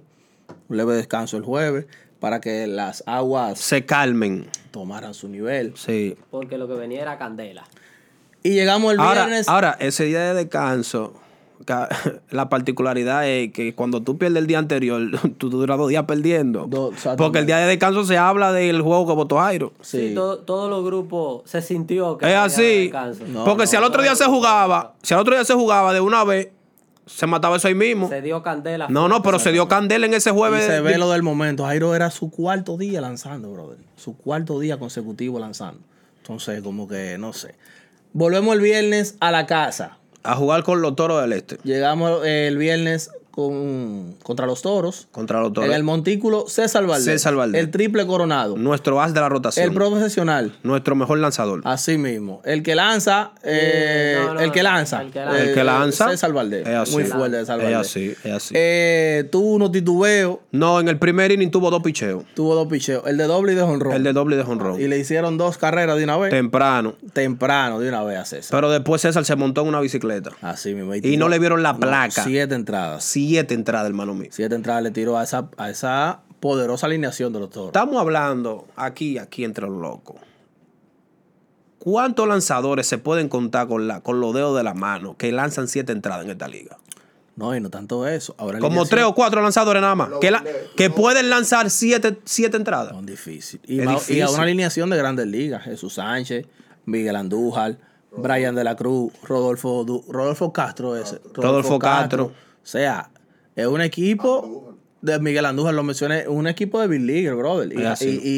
Speaker 1: Un leve descanso el jueves para que las aguas
Speaker 2: Se calmen.
Speaker 1: tomaran su nivel.
Speaker 2: Sí.
Speaker 3: Porque lo que venía era candela.
Speaker 1: Y llegamos el
Speaker 2: Ahora,
Speaker 1: viernes.
Speaker 2: ahora, ese día de descanso, ca- [laughs] la particularidad es que cuando tú pierdes el día anterior, [laughs] tú duras dos días perdiendo.
Speaker 1: Dos, exactamente.
Speaker 2: porque el día de descanso se habla del juego que votó Jairo.
Speaker 1: sí.
Speaker 3: Sí. todo- todos los grupos se sintió que
Speaker 2: es
Speaker 3: venía de
Speaker 2: así.
Speaker 3: descanso.
Speaker 1: No,
Speaker 2: porque si al otro día se jugaba, si al otro día se jugaba de una vez, se mataba eso ahí mismo.
Speaker 3: Se dio candela.
Speaker 2: No, no, pero se dio candela en ese
Speaker 1: Y
Speaker 2: jueves.
Speaker 1: se ve lo del momento. Jairo era su cuarto día lanzando, brother. Su cuarto día consecutivo lanzando. Entonces, como que no sé. Volvemos el viernes a la casa.
Speaker 2: A jugar con los toros del este.
Speaker 1: Llegamos eh, el viernes con, contra los toros.
Speaker 2: Contra los toros.
Speaker 1: En el montículo, César Valdés.
Speaker 2: César Valdés.
Speaker 1: El triple coronado.
Speaker 2: Nuestro as de la rotación.
Speaker 1: El profesional.
Speaker 2: Nuestro mejor lanzador.
Speaker 1: Así mismo. El que lanza, eh,
Speaker 3: no, no,
Speaker 1: el que lanza.
Speaker 3: el que lanza.
Speaker 1: eh,
Speaker 2: el que lanza.
Speaker 1: César Valdés.
Speaker 2: Es así.
Speaker 1: Muy fuerte César
Speaker 2: Es
Speaker 1: Valdés.
Speaker 2: así, es así.
Speaker 1: Eh, tuvo unos titubeos,
Speaker 2: No, en el primer inning tuvo dos picheos.
Speaker 1: tuvo dos picheos. El de doble y de honrón.
Speaker 2: El de doble de jonrón.
Speaker 1: Y le hicieron dos carreras de una vez.
Speaker 2: Temprano.
Speaker 1: Temprano, de una vez a César.
Speaker 2: Pero después César se montó en una bicicleta.
Speaker 1: Así mismo.
Speaker 2: Y no le vieron la
Speaker 1: No,
Speaker 2: placa.
Speaker 1: siete entradas.
Speaker 2: Siete entradas, hermano mío.
Speaker 1: Siete entradas le tiró a esa, a esa poderosa alineación de los toros.
Speaker 2: Estamos hablando aquí, aquí entre los locos. ¿Cuántos lanzadores se pueden contar con, la, con los dedos de la mano que lanzan siete entradas en esta liga?
Speaker 1: No, y no tanto eso. Ahora
Speaker 2: Como tres o cuatro lanzadores nada más.
Speaker 4: Lo
Speaker 2: Que, la-
Speaker 4: vale,
Speaker 2: que
Speaker 4: no.
Speaker 2: pueden lanzar siete, siete entradas.
Speaker 1: Son difíciles. Y,
Speaker 2: Es
Speaker 1: ma- y a
Speaker 2: difícil.
Speaker 1: una alineación de grandes ligas. Jesús Sánchez, Miguel Andújar, Brian de la Cruz, Rodolfo, Du- Rodolfo Castro ese.
Speaker 2: Rodolfo Castro.
Speaker 1: O sea, es un equipo de Miguel Andújar, lo mencioné, es un equipo de Big League, brother.
Speaker 2: Es
Speaker 1: Y,
Speaker 2: así.
Speaker 1: y,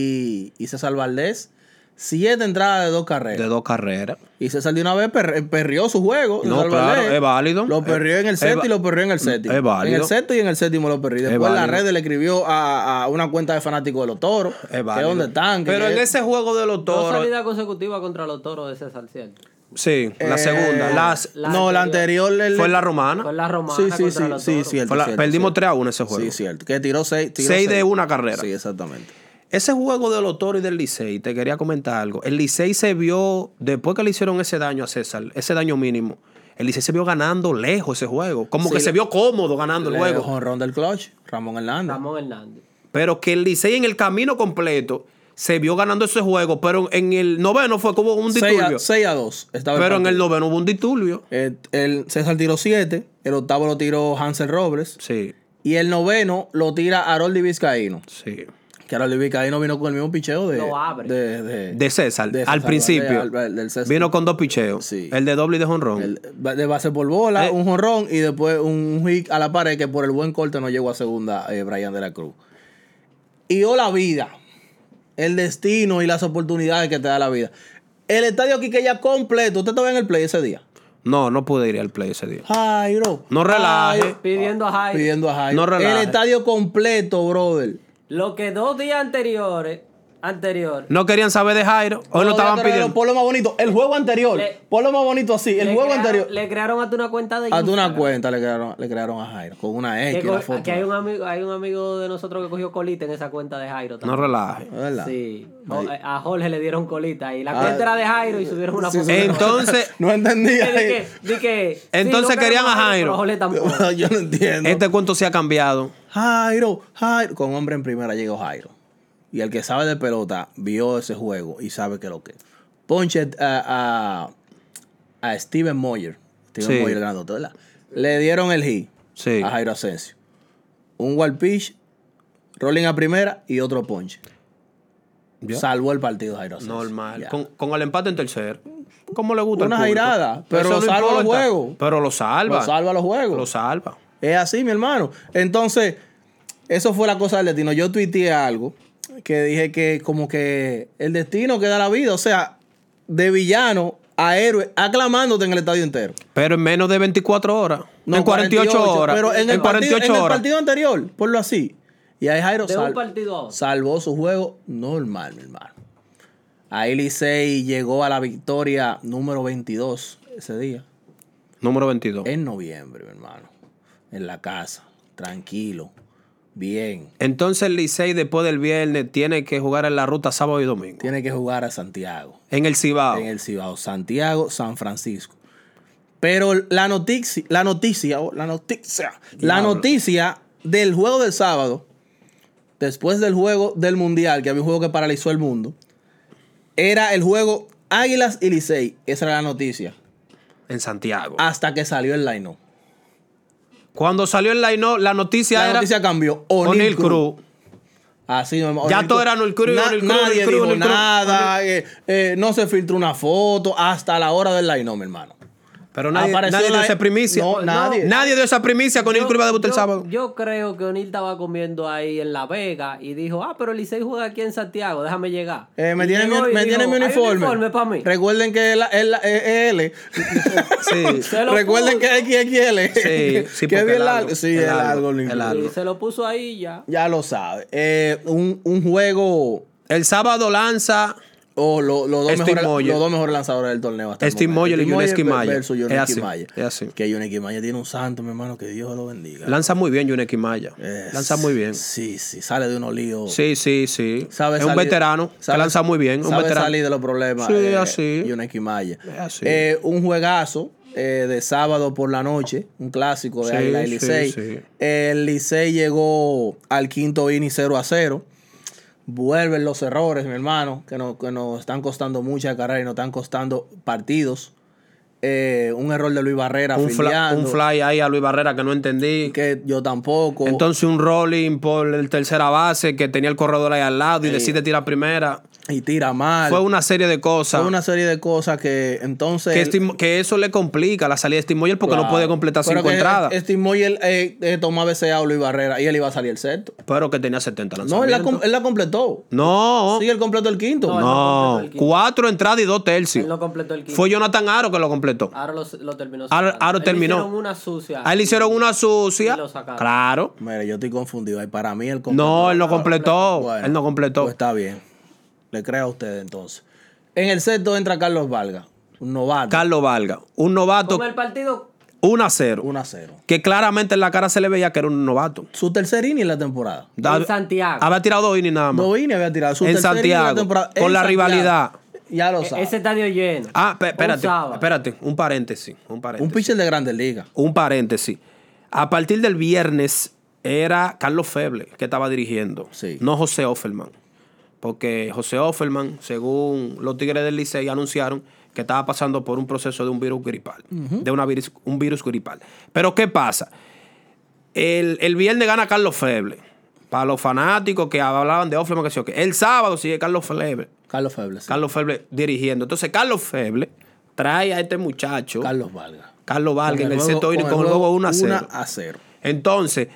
Speaker 1: y- y César Valdés, siete entradas de dos carreras.
Speaker 2: De dos carreras.
Speaker 1: Y César de una vez per- eh, perrió su juego.
Speaker 2: No,
Speaker 1: César
Speaker 2: claro,
Speaker 1: Valdés.
Speaker 2: es válido.
Speaker 1: Lo perrió en el
Speaker 2: Es
Speaker 1: sexto
Speaker 2: va-
Speaker 1: y lo perrió en el séptimo.
Speaker 2: es válido.
Speaker 1: En el sexto y en el séptimo lo perrió. Después la
Speaker 2: válido.
Speaker 1: red le escribió a, a una cuenta de fanáticos de los toros.
Speaker 2: Es
Speaker 1: Que
Speaker 2: válido.
Speaker 1: dónde están. que
Speaker 2: Pero en
Speaker 1: es-
Speaker 2: ese juego de los
Speaker 3: Dos
Speaker 2: toros.
Speaker 3: salidas consecutivas contra los toros de César, ¿cierto?
Speaker 2: Sí, la
Speaker 1: eh,
Speaker 2: segunda. Las,
Speaker 3: la
Speaker 1: no, la anterior. el-
Speaker 2: fue la romana.
Speaker 3: Fue la romana
Speaker 1: Sí, sí, sí.
Speaker 3: contra los
Speaker 1: sí
Speaker 3: toros.
Speaker 1: cierto,
Speaker 2: Fue la-
Speaker 1: cierto,
Speaker 2: perdimos
Speaker 1: cierto.
Speaker 2: 3 a 1 ese juego.
Speaker 1: Sí, cierto. Que tiró seis. tiró
Speaker 2: Seis de una carrera.
Speaker 1: Sí, exactamente.
Speaker 2: Ese juego de los toros y del Licey, te quería comentar algo. El Licey se vio, después que le hicieron ese daño a César, ese daño mínimo, el Licey se vio ganando lejos ese juego. Como
Speaker 1: Sí,
Speaker 2: que se
Speaker 1: lo-
Speaker 2: vio cómodo ganando el
Speaker 1: Luego,
Speaker 2: juego.
Speaker 1: jonrón del clutch, Ramón Hernández.
Speaker 3: Ramón Hernández.
Speaker 2: Pero que el Licey en el camino completo se vio ganando ese juego. Pero en el noveno fue como un
Speaker 1: 6
Speaker 2: disturbio.
Speaker 1: a, 6 a 2. Estaba
Speaker 2: pero en
Speaker 1: partido.
Speaker 2: el noveno hubo un disturbio.
Speaker 1: Eh, el César tiró 7, el octavo lo tiró Hansel Robles
Speaker 2: Sí,
Speaker 1: y el noveno lo tira Haroldi Vizcaíno.
Speaker 2: sí.
Speaker 1: Que Haroldi Vizcaíno vino con el mismo picheo de.
Speaker 3: Lo abre.
Speaker 1: De, de-
Speaker 2: De César,
Speaker 1: de
Speaker 2: al
Speaker 1: César
Speaker 2: principio.
Speaker 1: Valdés, al- del César.
Speaker 2: Vino con dos picheos.
Speaker 1: Sí.
Speaker 2: El de doble y de jonrón.
Speaker 1: el- de base por bola,
Speaker 2: Eh.
Speaker 1: un jonrón y después un hit a la pared que por el buen corte no llegó a segunda eh, Brian de la Cruz. Y oh la vida, el destino y las oportunidades que te da la vida. El estadio aquí que ya completo, usted estaba en el play ese día.
Speaker 2: No, no pude ir al play ese día.
Speaker 1: Jairo.
Speaker 2: No relaje.
Speaker 1: Jairo.
Speaker 3: Pidiendo a Jairo.
Speaker 1: Pidiendo a Jairo.
Speaker 2: No relaje.
Speaker 1: el estadio completo, brother.
Speaker 3: Lo que dos días anteriores anterior.
Speaker 2: No querían saber de Jairo. Hoy lo estaban pidiendo.
Speaker 1: Por lo más bonito. El juego anterior.
Speaker 3: Le-
Speaker 1: Por lo más bonito así. El
Speaker 3: le
Speaker 1: juego
Speaker 3: crearon-
Speaker 1: anterior.
Speaker 3: Le crearon hasta una cuenta de
Speaker 1: Hazte Ah, una
Speaker 3: Instagram.
Speaker 1: cuenta le crearon, le crearon a Jairo. Con una
Speaker 3: Que
Speaker 1: X.
Speaker 3: co-
Speaker 1: una foto.
Speaker 3: que hay un amigo, hay un amigo de nosotros que cogió colita en esa cuenta de Jairo
Speaker 2: No
Speaker 3: también.
Speaker 2: relaje.
Speaker 1: ¿Verdad?
Speaker 3: sí. Jo- A Jorge le dieron colita y la cuenta era de Jairo y subieron una
Speaker 1: Ah. Sí,
Speaker 3: foto.
Speaker 1: sí, sí.
Speaker 2: Entonces,
Speaker 1: [laughs] no
Speaker 3: [laughs]
Speaker 1: entendía.
Speaker 3: Di que- di que- sí,
Speaker 2: Entonces
Speaker 3: no
Speaker 2: querían
Speaker 3: queremos
Speaker 2: a
Speaker 3: pero
Speaker 2: Jairo.
Speaker 3: Jorge tampoco.
Speaker 1: Yo [laughs] no entiendo.
Speaker 2: este cuento se ha cambiado.
Speaker 1: Jairo, Jairo. Con hombre en primera llegó Jairo. Y el que sabe de pelota vio ese juego y sabe que lo que. es. Ponche eh, a, a, a Steven Moyer. Steven
Speaker 2: Sí.
Speaker 1: Moyer grandote, ¿verdad? Le dieron el hit
Speaker 2: Sí.
Speaker 1: a Jairo Asensio. Un wild pitch, rolling a primera y otro ponche.
Speaker 2: Ya.
Speaker 1: Salvó el partido Jairo Asensio.
Speaker 2: Normal.
Speaker 1: Ya.
Speaker 2: Con, con el empate en tercer. ¿Cómo le gusta
Speaker 1: Una
Speaker 2: al público?
Speaker 1: jairada, pero lo
Speaker 2: no
Speaker 1: salva los
Speaker 2: importa.
Speaker 1: juegos.
Speaker 2: Pero lo salva.
Speaker 1: Lo salva los juegos.
Speaker 2: Lo salva.
Speaker 1: Es así, mi hermano. Entonces, eso fue la cosa del destino. Yo tuiteé algo que dije que como que el destino que da la vida, o sea, de villano a héroe, aclamándote en el estadio entero.
Speaker 2: Pero en menos de 24 horas.
Speaker 1: No,
Speaker 2: en 48, horas.
Speaker 1: Pero en, el partido,
Speaker 2: 48
Speaker 1: en el
Speaker 2: horas.
Speaker 1: partido anterior, ponlo así. Y ahí Jairo
Speaker 3: De un
Speaker 1: sal-
Speaker 3: partido a otro.
Speaker 1: salvó su juego normal, mi hermano. Ahí Licey llegó a la victoria número 22 ese día.
Speaker 2: Número 22.
Speaker 1: En noviembre, mi hermano. En la casa. Tranquilo. Bien.
Speaker 2: Entonces el Licey después del viernes tiene que jugar en la ruta sábado y domingo.
Speaker 1: Tiene que jugar a Santiago.
Speaker 2: En el Cibao.
Speaker 1: En el Cibao. Santiago, San Francisco. Pero la noticia, la noticia, oh, la noticia, la
Speaker 2: Diablo.
Speaker 1: noticia del juego del sábado, después del juego del Mundial, que había un juego que paralizó el mundo, era el juego Águilas y Licey. Esa era la noticia.
Speaker 2: En Santiago.
Speaker 1: Hasta que salió el line
Speaker 2: Cuando salió el line la noticia
Speaker 1: La
Speaker 2: era
Speaker 1: noticia cambió. O'Neal
Speaker 2: O'Neill Cruz.
Speaker 1: Así Ah, no,
Speaker 2: Ya todo era O'Neill Cruz,
Speaker 1: Na-
Speaker 2: O'Neill Cruz,
Speaker 1: Nadie
Speaker 2: O'Neill Cruz,
Speaker 1: dijo
Speaker 2: O'Neill Cruz.
Speaker 1: nada. eh, eh, no se filtró una foto hasta la hora del line mi hermano.
Speaker 2: Pero nadie,
Speaker 1: Apareció
Speaker 2: nadie dio
Speaker 1: la-
Speaker 2: esa primicia.
Speaker 1: No, nadie.
Speaker 2: Nadie dio esa primicia con el
Speaker 3: Yo-
Speaker 2: Cruz iba a debutar el
Speaker 3: yo-
Speaker 2: sábado.
Speaker 3: Yo creo que O'Neill estaba comiendo ahí en La Vega y dijo, ah, pero el Licey juega aquí en Santiago, déjame llegar.
Speaker 1: Eh, me
Speaker 3: Y
Speaker 1: tienen mi,
Speaker 3: llegó y
Speaker 1: me
Speaker 3: dijo,
Speaker 1: tienen mi
Speaker 3: "Hay un
Speaker 1: uniforme.
Speaker 3: uniforme para mí.
Speaker 1: Recuerden que es la- es la- es L. [laughs]
Speaker 2: [laughs] Sí.
Speaker 3: Se lo
Speaker 1: Recuerden
Speaker 3: puso.
Speaker 1: que es XXL.
Speaker 2: Sí,
Speaker 1: [laughs]
Speaker 2: sí,
Speaker 1: que es
Speaker 2: porque
Speaker 1: bien
Speaker 2: es largo,
Speaker 1: largo. Sí,
Speaker 2: es
Speaker 1: es
Speaker 2: largo,
Speaker 1: largo.
Speaker 2: es
Speaker 1: O'Neill Cruz.
Speaker 2: largo.
Speaker 3: Y se lo puso ahí y ya.
Speaker 1: Ya lo sabe. Eh, un, un juego.
Speaker 2: El sábado lanza.
Speaker 1: o lo- los, dos
Speaker 2: Steve
Speaker 1: mejores,
Speaker 2: Moyer.
Speaker 1: los dos mejores lanzadores del torneo hasta el
Speaker 2: Steve
Speaker 1: momento.
Speaker 2: Moyer y
Speaker 1: Steve
Speaker 2: Este Yuneski
Speaker 1: ver-
Speaker 2: Maya.
Speaker 1: versus Yuneski
Speaker 2: Es así,
Speaker 1: Maya.
Speaker 2: es así.
Speaker 1: Que Yuneski Maya tiene un santo, mi hermano, que Dios lo bendiga.
Speaker 2: Lanza muy bien Juneki Maya.
Speaker 1: Es-
Speaker 2: Lanza muy bien.
Speaker 1: Sí, sí, sale de unos líos.
Speaker 2: Sí, sí, sí.
Speaker 1: Sabe
Speaker 2: es un
Speaker 1: salir-
Speaker 2: veterano
Speaker 1: sabe-
Speaker 2: que lanza muy bien. Un
Speaker 1: sabe
Speaker 2: veterano.
Speaker 1: salir de los problemas.
Speaker 2: Sí, así.
Speaker 1: Yuneski Maya.
Speaker 2: Es así.
Speaker 1: Eh, un juegazo eh, de sábado por la noche, un clásico de
Speaker 2: Sí,
Speaker 1: Águila y
Speaker 2: sí,
Speaker 1: Licey.
Speaker 2: sí.
Speaker 1: El Licey llegó al quinto inning 0 a 0. Vuelven los errores, mi hermano, que nos, que nos están costando mucha carrera y nos están costando partidos. Eh, un error de Luis Barrera,
Speaker 2: un, fly,
Speaker 1: fildeando,
Speaker 2: un fly ahí a Luis Barrera que no entendí.
Speaker 1: que yo tampoco.
Speaker 2: Entonces un rolling por el tercera base que tenía el corredor ahí al lado y decide tirar primera.
Speaker 1: y tira mal.
Speaker 2: Fue una serie de cosas.
Speaker 1: Fue una serie de cosas que entonces.
Speaker 2: que, Steve- que eso le complica la salida de Steve Moyer porque no puede completar
Speaker 1: Pero
Speaker 2: cinco
Speaker 1: que
Speaker 2: entradas.
Speaker 1: Steve Moyer eh, eh, tomaba ese a Luis Barrera y él iba a salir el sexto.
Speaker 2: pero que tenía 70
Speaker 1: No, él la,
Speaker 2: lanzamientos.
Speaker 1: com- él la completó.
Speaker 2: No,
Speaker 1: Sí, él completó el quinto.
Speaker 3: No,
Speaker 2: no.
Speaker 3: completó el quinto.
Speaker 2: Cuatro entradas y dos
Speaker 3: Él
Speaker 2: tercios.
Speaker 3: no completó el quinto.
Speaker 2: Fue Jonathan Aro que lo completó.
Speaker 3: Ahora lo, lo terminó.
Speaker 2: Ahora-
Speaker 3: sacando.
Speaker 2: ahora
Speaker 3: Ahí le
Speaker 2: terminó.
Speaker 3: hicieron una sucia.
Speaker 2: Ahí le hicieron una sucia.
Speaker 3: Y lo sacaron.
Speaker 2: Claro.
Speaker 1: Mira, yo estoy confundido. ahí. para mí él completó.
Speaker 2: No, él no completó.
Speaker 1: Bueno,
Speaker 2: él no completó.
Speaker 1: Pues está bien. Le creo a usted entonces. En el sexto entra Carlos Valga, un novato.
Speaker 2: Carlos Valga, un novato
Speaker 3: Con el partido
Speaker 2: 1 a 0.
Speaker 1: 1 a 0.
Speaker 2: Que claramente en la cara se le veía que era un novato.
Speaker 1: Su tercer inning en la temporada.
Speaker 3: en Santiago.
Speaker 2: Había tirado dos innings nada más.
Speaker 1: No vine había tirado. Su
Speaker 2: En
Speaker 1: tercer inning en
Speaker 2: Santiago,
Speaker 1: temporada.
Speaker 2: con
Speaker 1: En
Speaker 2: la rivalidad.
Speaker 1: Ya lo
Speaker 3: E-
Speaker 1: sabe.
Speaker 3: Ese estadio lleno.
Speaker 2: Ah, pe-
Speaker 3: Un
Speaker 2: espérate,
Speaker 3: sábado.
Speaker 2: espérate, un paréntesis, un
Speaker 1: un
Speaker 2: paréntesis.
Speaker 1: pitcher de grandes ligas.
Speaker 2: Un paréntesis. A partir del viernes era Carlos Feble que estaba dirigiendo,
Speaker 1: Sí.
Speaker 2: no José Offerman. Porque José Offerman, según los Tigres del Licey, anunciaron que estaba pasando por un proceso de un virus gripal, de una virus, un virus gripal. Pero ¿qué pasa? El, el viernes gana Carlos Feble. Para los fanáticos que hablaban de Offerman, que sé yo qué. El sábado sigue Carlos Feble.
Speaker 1: Carlos Feble. sí.
Speaker 2: Carlos Feble dirigiendo. Entonces, Carlos Feble trae a este muchacho, Carlos,
Speaker 1: Carlos Valga.
Speaker 2: Vargas, en el
Speaker 1: juego-
Speaker 2: sexto inning con el
Speaker 1: juego
Speaker 2: juego 1 a 0.
Speaker 1: 1 a 0.
Speaker 2: Entonces,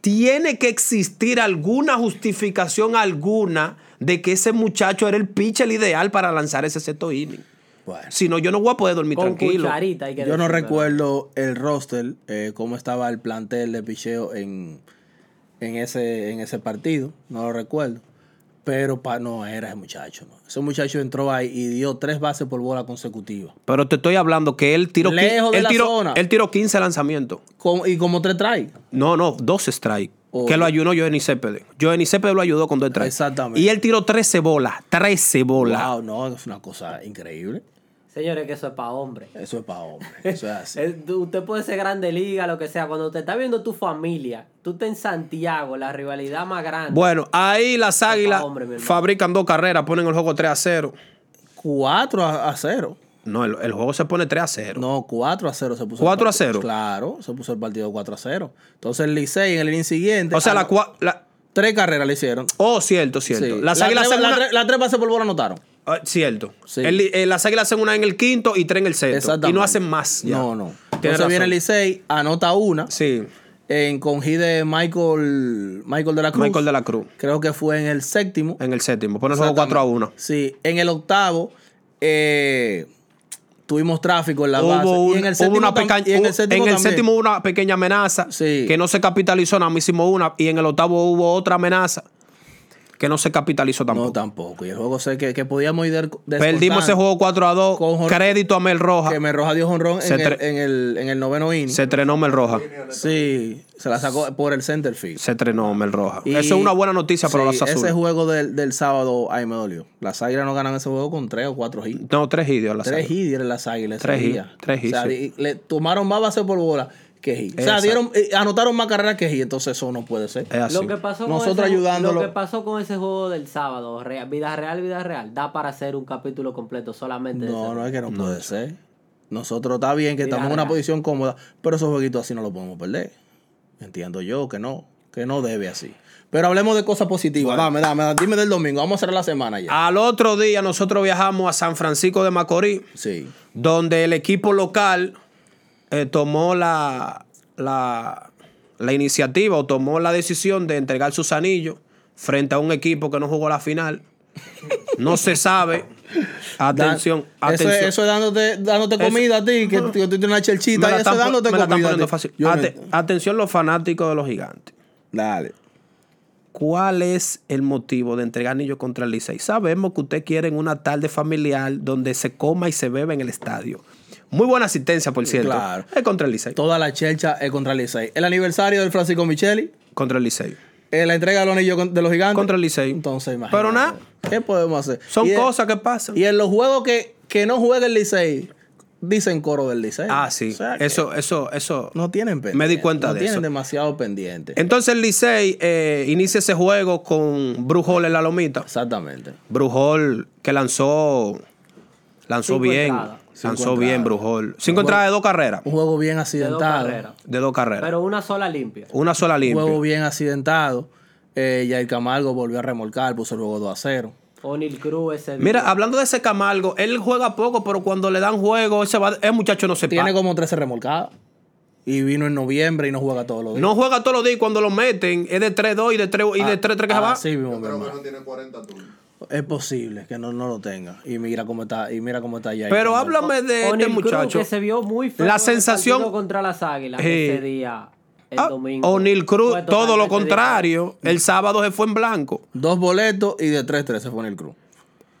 Speaker 2: tiene que existir alguna justificación alguna de que ese muchacho era el pitcher ideal para lanzar ese sexto inning.
Speaker 1: Bueno,
Speaker 2: Si no, yo no voy a poder dormir
Speaker 3: Con
Speaker 2: tranquilo.
Speaker 3: cucharita hay que
Speaker 1: yo no
Speaker 3: decirlo.
Speaker 1: recuerdo el roster, eh, cómo estaba el plantel de picheo en, en, ese, en ese partido. No lo recuerdo. Pero pa, no era ese muchacho. no. Ese muchacho entró ahí y dio tres bases por bola consecutiva.
Speaker 2: Pero te estoy hablando que él tiró, quin-
Speaker 1: Lejos de
Speaker 2: él
Speaker 1: la
Speaker 2: tiró-
Speaker 1: zona.
Speaker 2: él tiró 15 lanzamientos.
Speaker 1: Con- y como tres trae.
Speaker 2: No, no, dos strikes.
Speaker 1: Oh.
Speaker 2: Que lo ayudó Johnny Cepede. Johnny Cepede lo ayudó con dos strikes.
Speaker 1: Exactamente.
Speaker 2: Y él tiró 13 bolas. 13 bolas.
Speaker 1: Wow, no, es una cosa increíble.
Speaker 3: Señores, que eso es para hombres.
Speaker 1: Eso es para hombres. Eso es
Speaker 3: [laughs]
Speaker 1: así.
Speaker 3: Eh, tú- Usted puede ser grande liga, lo que sea. Cuando te está viendo tu familia, tú estás en Santiago, la rivalidad más grande.
Speaker 2: Bueno, ahí las águilas
Speaker 3: hombre, mi hermano.
Speaker 2: fabrican dos carreras, ponen el juego 3 a 0.
Speaker 1: 4 a, 0.
Speaker 2: No, el, el juego se pone 3 a 0.
Speaker 1: No, 4 a 0 se puso. el
Speaker 2: 4
Speaker 1: partido.
Speaker 2: a 0.
Speaker 1: Claro, se puso el partido 4 a 0. Entonces el Licey en el inning siguiente.
Speaker 2: o sea,
Speaker 1: ah,
Speaker 2: la,
Speaker 1: no,
Speaker 2: cua- la-
Speaker 1: Tres carreras le hicieron.
Speaker 2: Oh, cierto, cierto.
Speaker 1: Sí.
Speaker 2: Las
Speaker 1: La
Speaker 2: águilas
Speaker 1: tres-
Speaker 2: hacen
Speaker 1: la
Speaker 2: una-
Speaker 1: tres- Las tres bases por bola anotaron.
Speaker 2: Ah, cierto.
Speaker 1: Sí.
Speaker 2: El- eh, las águilas hacen una en el quinto y tres en el sexto.
Speaker 1: Exactamente.
Speaker 2: Y no hacen más. ya.
Speaker 1: No, no.
Speaker 2: Tienes
Speaker 1: Entonces
Speaker 2: razón.
Speaker 1: viene el Licey, anota una.
Speaker 2: Sí,
Speaker 1: En con hit de Michael, Michael de la Cruz.
Speaker 2: Michael de la Cruz.
Speaker 1: Creo que fue en el séptimo.
Speaker 2: En el séptimo. Pone el juego 4 a 1.
Speaker 1: Sí, en el octavo eh, tuvimos tráfico en la base.
Speaker 2: Hubo,
Speaker 1: y
Speaker 2: un-
Speaker 1: en el
Speaker 2: hubo
Speaker 1: séptimo
Speaker 2: una
Speaker 1: tam-
Speaker 2: peca-
Speaker 1: y en el
Speaker 2: hubo-
Speaker 1: séptimo
Speaker 2: en el
Speaker 1: también.
Speaker 2: séptimo hubo una pequeña amenaza
Speaker 1: Sí.
Speaker 2: que no se capitalizó, nada más hicimos una. Y en el octavo hubo otra amenaza que no se capitalizó tampoco.
Speaker 1: No, tampoco. Y el juego sé que, que podíamos ir del- descontando.
Speaker 2: Perdimos Pues ese juego 4 a 2.
Speaker 1: Con Jorge-
Speaker 2: Crédito a Mel Roja.
Speaker 1: Que me roja dio honrón
Speaker 2: Se
Speaker 1: en el,
Speaker 2: tre-
Speaker 1: en, el, en el noveno inning.
Speaker 2: Se estrenó Mel Roja.
Speaker 1: Sí, se la sacó por el center field.
Speaker 2: Se estrenó Mel Roja.
Speaker 1: Y-
Speaker 2: Eso es una buena noticia para
Speaker 1: sí,
Speaker 2: los azules.
Speaker 1: Ese juego del, del sábado, ahí me dolió. Las águilas no ganan ese juego con tres o cuatro hits.
Speaker 2: No, tres idios.
Speaker 1: Tres hits dieron las águilas. ese
Speaker 2: Tres hits,
Speaker 1: día.
Speaker 2: tres hits,
Speaker 1: O sea,
Speaker 2: sí.
Speaker 1: di- le tomaron más base por bola que hits. O sea,
Speaker 2: Exacto. Eh,
Speaker 1: dieron, eh, anotaron más carreras que hits. Entonces, eso no puede ser.
Speaker 2: Es así.
Speaker 3: lo que pasó
Speaker 1: Nosotros
Speaker 3: con ese,
Speaker 1: ayudándolo.
Speaker 3: Lo que pasó con ese juego del sábado, re- vida real, vida real, da para hacer un capítulo completo solamente. de ese
Speaker 1: No, no es que no, puede ser. Nosotros está bien que estamos en una
Speaker 3: Mira,
Speaker 1: posición cómoda, pero esos jueguitos así no los podemos perder. Entiendo yo que no, que no debe así. Pero hablemos de cosas positivas. Dame, dame, dame, dime del domingo. Vamos a cerrar la semana ya.
Speaker 2: Al otro día nosotros viajamos a San Francisco de Macorís,
Speaker 1: Sí.
Speaker 2: donde el equipo local eh, tomó la, la, la iniciativa o tomó la decisión de entregar sus anillos frente a un equipo que no jugó la final. No
Speaker 1: [laughs]
Speaker 2: se sabe.
Speaker 1: Da-
Speaker 2: Atención,
Speaker 1: eso, es-
Speaker 2: atención.
Speaker 1: eso es dándote, dándote comida a ti, que tú tú tienes una
Speaker 2: Me
Speaker 1: chelchita
Speaker 2: la
Speaker 1: y eso
Speaker 2: están
Speaker 1: es
Speaker 2: po-
Speaker 1: dándote
Speaker 2: me la están
Speaker 1: comida. a ti.
Speaker 2: poniendo fácil.
Speaker 1: Yo no
Speaker 2: Ate-
Speaker 1: entiendo.
Speaker 2: atención los fanáticos de los gigantes.
Speaker 1: Dale.
Speaker 2: ¿Cuál es el motivo de entregar anillos contra el Licey? Sabemos que usted quiere una tarde familiar donde se coma y se bebe en el estadio. Muy buena asistencia, por cierto.
Speaker 1: Claro.
Speaker 2: Es contra el Licey.
Speaker 1: Toda la chelcha es contra el Licey. El aniversario del Francisco Micheli,
Speaker 2: Contra el Licey.
Speaker 1: eh, la entrega de los anillos con- de los gigantes.
Speaker 2: Contra el Licey.
Speaker 1: Entonces, imagínate.
Speaker 2: Pero nada,
Speaker 1: ¿Qué podemos hacer?
Speaker 2: son
Speaker 1: Y de-
Speaker 2: cosas que pasan.
Speaker 1: Y en los juegos que, que no juega el Licey, dicen coro del Licey.
Speaker 2: ah, sí.
Speaker 1: O sea que
Speaker 2: eso, eso, eso.
Speaker 1: No tienen pendiente.
Speaker 2: Me di cuenta
Speaker 1: no
Speaker 2: de
Speaker 1: tienen
Speaker 2: eso.
Speaker 1: demasiado pendiente.
Speaker 2: Entonces el Licey eh, inicia ese juego con Brujol en la lomita.
Speaker 1: Exactamente.
Speaker 2: Brujol que lanzó. Lanzó
Speaker 3: Cinco
Speaker 2: bien.
Speaker 3: entradas.
Speaker 2: Lanzó
Speaker 1: Cinco
Speaker 2: bien,
Speaker 1: entradas.
Speaker 2: Brujol. Cinco entradas de dos carreras.
Speaker 1: Un juego bien
Speaker 3: de dos
Speaker 1: accidentado.
Speaker 3: carreras.
Speaker 2: De dos carreras.
Speaker 3: Pero una sola limpia.
Speaker 2: Una sola
Speaker 1: Un
Speaker 2: limpia.
Speaker 1: juego bien accidentado. Eh, Yair Camargo volvió a remolcar, puso el juego 2 a 0.
Speaker 3: O'Neill Cruz ese.
Speaker 2: Mira, hablando de ese Camargo, él juega poco, pero cuando le dan juego, ese, va, ese muchacho no se
Speaker 1: Tiene
Speaker 2: para.
Speaker 1: como 13 remolcadas. Y vino en noviembre y no juega todos los días.
Speaker 2: No juega todos los días y cuando lo meten es de 3-2 y de 3-3 y de 3-3 que se va.
Speaker 1: Ah, Sí, mismo, mi
Speaker 4: Yo creo que
Speaker 1: hermano.
Speaker 4: no tiene 40 turnos.
Speaker 1: Es posible que no, no lo tenga. Y mira cómo está, y mira cómo está Yair
Speaker 2: Pero
Speaker 1: Camargo.
Speaker 2: háblame de este
Speaker 3: O'Neill Cruz,
Speaker 2: muchacho.
Speaker 3: que se vio muy feo
Speaker 2: La
Speaker 3: en el
Speaker 2: sensación-
Speaker 3: partido contra las Águilas
Speaker 2: Sí.
Speaker 3: ese día el
Speaker 2: Ah,
Speaker 3: domingo.
Speaker 2: O'Neill Cruz,
Speaker 3: Fue
Speaker 2: todo lo
Speaker 3: totalmente
Speaker 2: contrario. El sábado se fue en blanco.
Speaker 1: Dos boletos y de 3-3 se pone el cruz.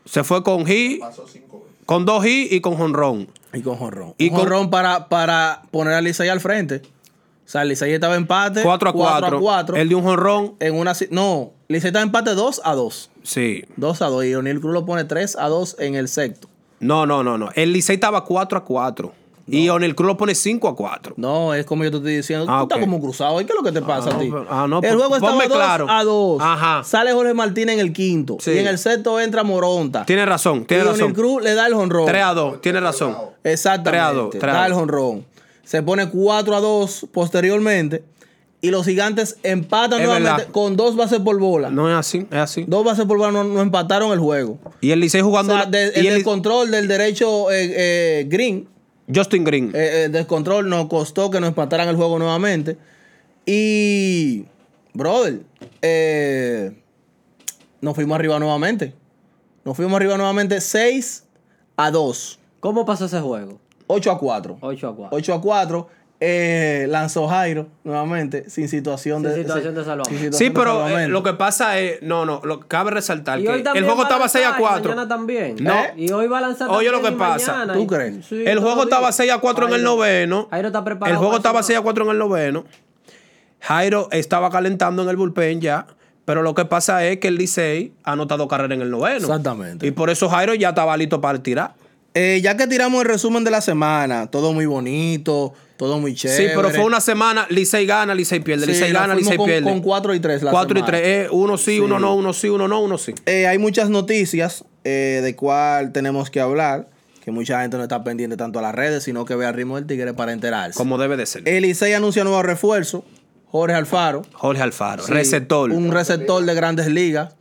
Speaker 2: Se fue con G,
Speaker 4: Pasó 5 veces.
Speaker 2: con dos G y con Jonrón.
Speaker 1: Y con Jorrón.
Speaker 2: Y
Speaker 1: Y
Speaker 2: con-
Speaker 1: con Jorrón para, para poner al Licey al frente. O sea, el Licey estaba empate.
Speaker 2: 4 a 4.
Speaker 1: a 4.
Speaker 2: El de un Jonrón,
Speaker 1: En una, si- no, Licey estaba empate 2 a 2.
Speaker 2: sí.
Speaker 1: 2 a 2. Y O'Neill Cruz lo pone 3 a 2 en el sexto.
Speaker 2: No, no, no, no. El Licey estaba 4 a 4. Y O'Neill Cruz lo pone 5 a 4.
Speaker 1: No, es como yo te estoy diciendo.
Speaker 2: Ah,
Speaker 1: tú estás
Speaker 2: ok.
Speaker 1: como cruzado. ¿Y qué es lo que te pasa
Speaker 2: no,
Speaker 1: a ti?
Speaker 2: pero- ah, no, pues,
Speaker 1: el juego estaba
Speaker 2: ponme
Speaker 1: 2
Speaker 2: claro.
Speaker 1: a 2.
Speaker 2: Ajá.
Speaker 1: Sale Jorge Martínez en el quinto.
Speaker 2: Sí.
Speaker 1: Y en el sexto entra Moronta.
Speaker 2: Tiene razón, tiene
Speaker 1: y O'Neill
Speaker 2: razón.
Speaker 1: Cruz le da el honrón.
Speaker 2: 3 a 2, tiene razón.
Speaker 1: Exactamente.
Speaker 2: Tres a dos, tres a
Speaker 1: Da el
Speaker 2: dos.
Speaker 1: jonrón. Se pone 4 a 2 posteriormente. Y los gigantes empatan
Speaker 2: Es
Speaker 1: nuevamente
Speaker 2: verdad.
Speaker 1: con dos bases por bola.
Speaker 2: No es así, es así.
Speaker 1: Dos bases por bola no, no empataron el juego.
Speaker 2: Y el Licey
Speaker 1: O
Speaker 2: jugando.
Speaker 1: sea, de-
Speaker 2: y
Speaker 1: el
Speaker 2: el-
Speaker 1: descontrol del derecho eh, eh, Green,
Speaker 2: Justin Green.
Speaker 1: eh, el descontrol nos costó que nos empataran el juego nuevamente. Y, brother, eh, nos fuimos arriba nuevamente. Nos fuimos arriba nuevamente 6 a 2,
Speaker 3: ¿Cómo pasó ese juego?
Speaker 1: 8 a 4.
Speaker 3: 8 a 4.
Speaker 1: 8 a 4. eh, lanzó Jairo nuevamente sin situación
Speaker 3: Sin
Speaker 1: de
Speaker 3: situación de salvamento.
Speaker 1: sin
Speaker 2: Sí,
Speaker 1: situación de
Speaker 2: pero eh,
Speaker 1: salvamento.
Speaker 2: lo que pasa es, no, no, lo, cabe resaltar
Speaker 3: Y
Speaker 2: que
Speaker 3: hoy
Speaker 2: el
Speaker 3: también
Speaker 2: juego
Speaker 3: va a
Speaker 2: estaba 6 a
Speaker 3: lanzar, y
Speaker 2: 4.
Speaker 3: Mañana también.
Speaker 2: No.
Speaker 3: Y hoy va a lanzar.
Speaker 2: Oye,
Speaker 3: también
Speaker 2: lo que
Speaker 3: y
Speaker 2: pasa.
Speaker 3: mañana,
Speaker 1: ¿Tú
Speaker 3: y-
Speaker 1: crees?
Speaker 3: sí,
Speaker 2: el
Speaker 3: todo
Speaker 2: juego
Speaker 3: bien.
Speaker 2: estaba 6 a 4 en el
Speaker 3: Jairo-
Speaker 2: noveno.
Speaker 3: Jairo está preparado.
Speaker 2: El juego
Speaker 3: para
Speaker 2: estaba
Speaker 3: eso.
Speaker 2: 6 a 4 en el noveno. Jairo estaba calentando en el bullpen ya. Pero lo que pasa es que el Licey ha anotado carrera en el noveno.
Speaker 1: Exactamente.
Speaker 2: Y por eso Jairo ya estaba listo para tirar.
Speaker 1: Eh, ya que tiramos el resumen de la semana, todo muy bonito, todo muy chévere.
Speaker 2: Sí, pero fue una semana, Licey gana, Licey pierde,
Speaker 1: Sí,
Speaker 2: Licey
Speaker 1: nos
Speaker 2: gana,
Speaker 1: fuimos
Speaker 2: Licey
Speaker 1: con-
Speaker 2: pierde.
Speaker 1: Con 4 y 3 la
Speaker 2: 4 y
Speaker 1: semana.
Speaker 2: 3, uno sí, uno no, uno sí, uno no, uno sí.
Speaker 1: Eh, hay muchas noticias eh, de cuál tenemos que hablar, que mucha gente no está pendiente tanto a las redes, sino que ve al ritmo del tigre para enterarse.
Speaker 2: Como debe de ser.
Speaker 1: Elisei anuncia nuevo refuerzo, Jorge Alfaro.
Speaker 2: Jorge Alfaro, receptor,
Speaker 1: Un receptor de grandes ligas,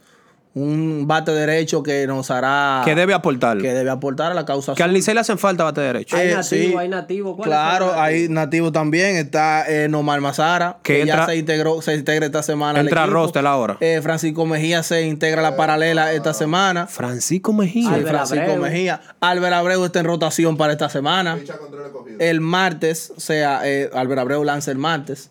Speaker 1: un bate derecho que nos hará...
Speaker 2: que debe aportar.
Speaker 1: que
Speaker 2: Que,
Speaker 1: debe aportar a la causa.
Speaker 2: al Licey le hacen falta bate derecho.
Speaker 3: Hay
Speaker 1: Eh,
Speaker 3: nativo,
Speaker 1: sí.
Speaker 3: hay nativo. ¿Cuáles
Speaker 1: Claro,
Speaker 3: son los
Speaker 1: hay nativo también. Está eh, Nomar Mazara,
Speaker 2: Que
Speaker 1: que,
Speaker 2: entra-
Speaker 1: ya se integró, se integra esta semana. al
Speaker 2: Entra
Speaker 1: equipo.
Speaker 2: roster ahora.
Speaker 1: Eh, Francisco Mejía se integra a la paralela esta semana.
Speaker 2: Francisco Mejía.
Speaker 3: Ay, Albert
Speaker 1: Francisco
Speaker 3: Abreu.
Speaker 1: Mejía. Albert Abreu está en rotación para esta semana.
Speaker 4: Ficha contra el cogido.
Speaker 1: El martes, o sea, eh, Albert Abreu lanza el martes.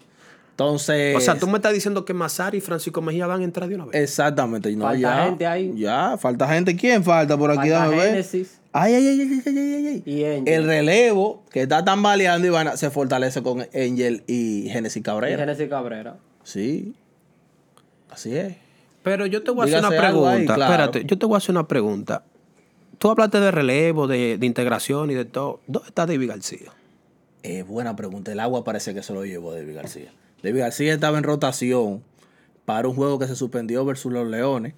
Speaker 1: Entonces.
Speaker 2: o sea, tú me estás diciendo que Mazar y Francisco Mejía van a entrar de una
Speaker 1: Eh,
Speaker 2: vez.
Speaker 1: Exactamente. No,
Speaker 3: Falta
Speaker 1: ya,
Speaker 3: gente ahí.
Speaker 1: Ya, falta gente. ¿Quién falta por aquí?
Speaker 3: Falta
Speaker 1: Déjame ver.
Speaker 3: Génesis.
Speaker 1: Ay, ay, ay, ay, ay, ay, ay, ay.
Speaker 3: Y Angel.
Speaker 1: El relevo que está tambaleando y van a- se fortalece con Angel y Genesis
Speaker 3: Y
Speaker 1: Cabrera.
Speaker 3: Génesis Cabrera.
Speaker 1: Sí. Así es.
Speaker 2: Pero yo te voy a hacer
Speaker 1: Dígase
Speaker 2: una
Speaker 1: algo ahí,
Speaker 2: pregunta.
Speaker 1: claro.
Speaker 2: Espérate, yo te voy a hacer una pregunta. Tú hablaste de relevo, de, de integración y de todo. ¿Dónde está David García?
Speaker 1: Eh, buena pregunta. El agua parece que se lo llevó David García. David García estaba en rotación para un juego que se suspendió versus los Leones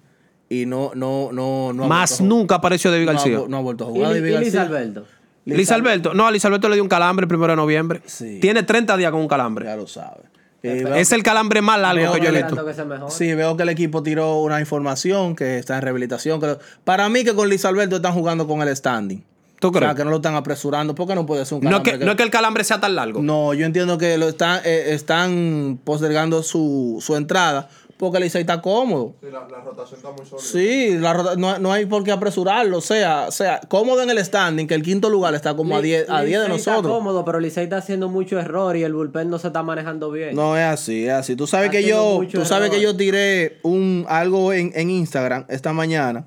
Speaker 1: y no, no, no, no. ha
Speaker 2: Más
Speaker 1: vuelto
Speaker 2: nunca apareció David
Speaker 1: a ju-
Speaker 2: García.
Speaker 1: No, ha, no ha vuelto a
Speaker 3: Y,
Speaker 1: jugar David
Speaker 3: y Luis
Speaker 1: García.
Speaker 3: Alberto.
Speaker 1: Liz
Speaker 2: Liz Alberto. No, a Liz Alberto le dio un calambre el primero de noviembre.
Speaker 1: Sí.
Speaker 2: Tiene 30 días con un calambre.
Speaker 1: Ya lo sabe. Eh, veo-
Speaker 2: Es el calambre más largo
Speaker 1: Veo
Speaker 2: que yo le he visto.
Speaker 3: Esperando que se mejore.
Speaker 1: Sí, veo que el equipo tiró una información que está en rehabilitación. que- para mí que con Liz Alberto están jugando con el standing.
Speaker 2: ¿Tú
Speaker 1: O
Speaker 2: crees?
Speaker 1: sea, que no lo están apresurando porque no puede ser un
Speaker 2: No es,
Speaker 1: calambre
Speaker 2: que,
Speaker 1: que-
Speaker 2: no es que el calambre sea tan largo.
Speaker 1: No, yo entiendo que lo están, eh, están postergando su, su entrada porque Licey está cómodo.
Speaker 4: Sí, la, la rotación está muy sólida.
Speaker 1: Sí, la rota- no, no hay por qué apresurarlo. O sea, o sea, cómodo en el standing, que el quinto lugar está como a
Speaker 3: Li-
Speaker 1: 10 a
Speaker 3: Licey
Speaker 1: 10 de
Speaker 3: Está
Speaker 1: nosotros.
Speaker 3: cómodo, pero Licey está haciendo mucho error y el bullpen no se está manejando bien.
Speaker 1: No es así, es así. Tú sabes
Speaker 3: Está
Speaker 1: que yo,
Speaker 3: haciendo mucho
Speaker 1: tú sabes que
Speaker 3: error.
Speaker 1: yo tiré un algo en, en Instagram esta mañana.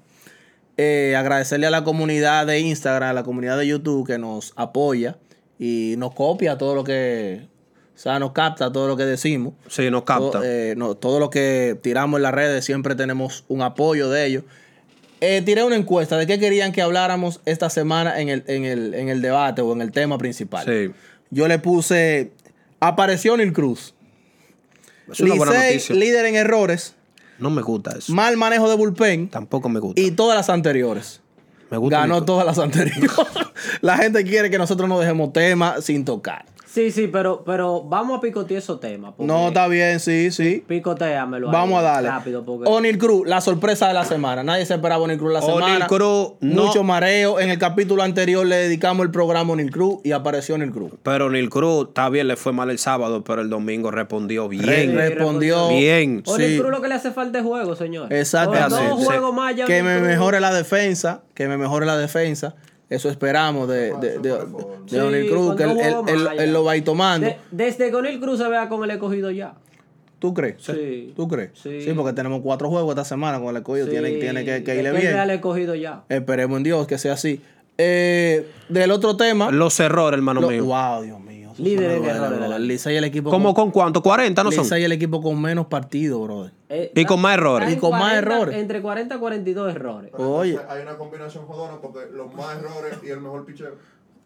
Speaker 1: Eh, agradecerle a la comunidad de Instagram, a la comunidad de YouTube que nos apoya y nos copia todo lo que, o sea, nos capta todo lo que decimos.
Speaker 2: Sí, no capta.
Speaker 1: Todo, eh, no, todo lo que tiramos en las redes siempre tenemos un apoyo de ellos. Eh, tiré una encuesta de qué querían que habláramos esta semana en el, en el, en el debate o en el tema principal.
Speaker 2: sí.
Speaker 1: Yo le puse, apareció Nil Cruz.
Speaker 2: Es una buena
Speaker 1: Licey,
Speaker 2: noticia.
Speaker 1: líder en errores,
Speaker 2: No me gusta eso.
Speaker 1: mal manejo de bullpen
Speaker 2: Tampoco me gusta.
Speaker 1: y todas las anteriores.
Speaker 2: me gusta.
Speaker 1: Ganó
Speaker 2: mi-
Speaker 1: todas las anteriores. [laughs] La gente quiere que nosotros no dejemos temas sin tocar.
Speaker 3: Sí, sí, pero, pero vamos a picotear esos temas. porque
Speaker 1: No, está bien, sí, sí.
Speaker 3: Picoteámelo. ahí,
Speaker 1: Vamos a darle.
Speaker 3: Rápido, porque.
Speaker 1: O'Neill Cruz, la sorpresa de la semana. Nadie se esperaba a O'Neill Cruz la
Speaker 2: O'Neill
Speaker 1: semana.
Speaker 2: Cruz, Oh, no.
Speaker 1: Mucho mareo. En el capítulo anterior le dedicamos el programa a O'Neill Cruz y apareció O'Neill Cruz.
Speaker 2: Pero Nil Cruz, está bien, le fue mal el sábado, pero el domingo respondió
Speaker 1: Re-
Speaker 2: bien.
Speaker 1: respondió.
Speaker 2: Bien.
Speaker 3: O'Neill
Speaker 1: sí.
Speaker 3: Cruz lo que le hace falta es juego, señor.
Speaker 1: Exactamente.
Speaker 3: Dos
Speaker 2: Sí.
Speaker 3: juegos más ya
Speaker 1: Que
Speaker 3: O'Neill
Speaker 1: me
Speaker 3: Cruz-
Speaker 1: mejore la defensa. Que me mejore la defensa. Eso esperamos de, de, de, de-
Speaker 4: Sí,
Speaker 1: de O'Neill Cruz.
Speaker 3: con
Speaker 1: Que
Speaker 3: dos
Speaker 1: él, él-
Speaker 3: juegos
Speaker 1: él-
Speaker 3: más ya.
Speaker 1: él lo va a ir tomando.
Speaker 3: De- desde que O'Neill Cruz se vea con el escogido ya.
Speaker 1: ¿Tú crees?
Speaker 3: Sí.
Speaker 1: ¿Tú crees?
Speaker 3: Sí.
Speaker 1: porque tenemos cuatro juegos esta semana con el escogido.
Speaker 3: Sí,
Speaker 1: Tiene, tiene que, que
Speaker 3: es
Speaker 1: irle
Speaker 3: él vea el
Speaker 1: bien.
Speaker 3: escogido ya.
Speaker 1: Esperemos en Dios que sea así. Eh, del otro tema.
Speaker 2: Los errores, hermano
Speaker 1: Lo-
Speaker 2: mío.
Speaker 1: Wow, Dios mío. Eso
Speaker 3: Líder
Speaker 1: sí me
Speaker 3: en
Speaker 1: duele,
Speaker 3: errores de
Speaker 1: brother.
Speaker 3: la
Speaker 1: Licey el equipo
Speaker 2: ¿Cómo
Speaker 1: con,
Speaker 2: con cuánto? ¿40 no son?
Speaker 1: Licey el equipo con menos partidos, brother.
Speaker 3: Eh,
Speaker 2: Y con más
Speaker 3: está
Speaker 2: errores.
Speaker 3: en
Speaker 1: Y con más
Speaker 3: 40
Speaker 1: errores.
Speaker 3: Entre 40 y 42 errores.
Speaker 4: Pero entonces
Speaker 1: Oye.
Speaker 4: Hay una combinación jodona porque los más errores y el mejor picheo.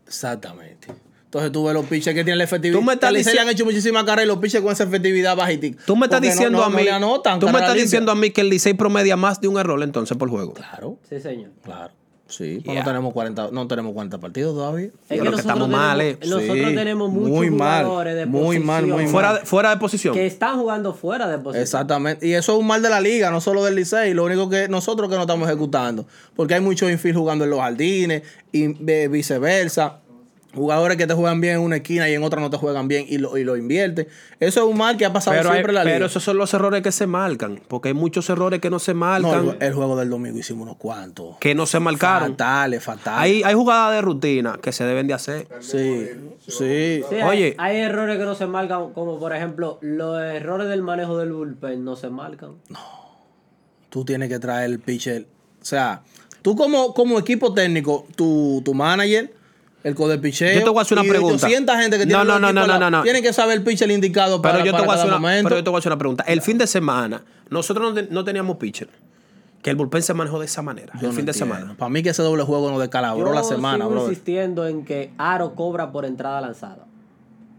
Speaker 1: Exactamente. Entonces tú ves los piches que tienen la efectividad.
Speaker 2: Tú me estás
Speaker 1: A Licey le
Speaker 2: dici-
Speaker 1: han hecho muchísimas carreras y los piches con esa efectividad bajitica.
Speaker 2: Tú me estás
Speaker 1: Porque no-
Speaker 2: diciendo
Speaker 1: no-
Speaker 2: a
Speaker 1: no
Speaker 2: mí.
Speaker 1: le anotan
Speaker 2: tú me
Speaker 1: carrera
Speaker 2: estás
Speaker 1: limpia.
Speaker 2: diciendo a mí que el Licey promedia más de un error entonces por juego.
Speaker 1: Claro,
Speaker 3: Sí, señor.
Speaker 1: claro. Sí, pero
Speaker 2: Yeah.
Speaker 1: no tenemos 40, no tenemos 40 partidos todavía.
Speaker 2: yo creo que estamos mal,
Speaker 3: tenemos,
Speaker 2: eh.
Speaker 3: nosotros
Speaker 1: Sí,
Speaker 3: tenemos muchos
Speaker 1: muy mal,
Speaker 3: jugadores de
Speaker 1: muy
Speaker 3: posición
Speaker 1: mal, muy mal.
Speaker 2: Fuera, de- fuera de posición.
Speaker 3: que están jugando fuera de posición.
Speaker 1: Exactamente. Y eso es un mal de la liga, no solo del Licey. Lo único que nosotros que no estamos ejecutando. Porque hay muchos infield jugando en los jardines y ve- viceversa. Jugadores que te juegan bien en una esquina y en otra no te juegan bien y lo, y lo invierten. Eso es un mal que ha pasado
Speaker 2: Pero, hay-
Speaker 1: siempre en la liga.
Speaker 2: pero esos son los errores que se marcan, porque hay muchos errores que no se
Speaker 1: No,
Speaker 2: marcan,
Speaker 1: el, el juego del domingo hicimos unos cuantos.
Speaker 2: que no se marcaron.
Speaker 1: Fatales, fatales.
Speaker 2: Hay, hay jugadas de rutina que se deben de hacer.
Speaker 1: Sí, sí.
Speaker 3: Sí,
Speaker 2: Oye.
Speaker 3: Hay, hay errores que no se marcan, como por ejemplo, los errores del manejo del bullpen no se marcan.
Speaker 1: Tú tienes que traer el pitcher. O sea, tú como, como equipo técnico, tu, tu manager, el co del pitcher.
Speaker 2: Yo te voy a hacer una pregunta.
Speaker 1: gente que
Speaker 2: No,
Speaker 1: tiene
Speaker 2: no,
Speaker 1: los
Speaker 2: no,
Speaker 1: equipos
Speaker 2: no,
Speaker 1: al lado,
Speaker 2: no, no.
Speaker 1: Tienen que saber el pitcher indicado para,
Speaker 2: Pero yo, te
Speaker 1: para
Speaker 2: voy a
Speaker 1: cada
Speaker 2: hacer una,
Speaker 1: momento.
Speaker 2: pero yo te voy a hacer una pregunta. El fin de semana, nosotros no, te- no teníamos pitcher. Que el bullpen se manejó de esa manera.
Speaker 1: Yo
Speaker 2: el
Speaker 1: no
Speaker 2: fin de
Speaker 1: entiendo.
Speaker 2: semana.
Speaker 1: Para mí que ese doble juego nos
Speaker 3: Yo
Speaker 1: descalabró la semana,
Speaker 3: sigo
Speaker 1: bro.
Speaker 3: insistiendo en que Aro cobra por entrada lanzada.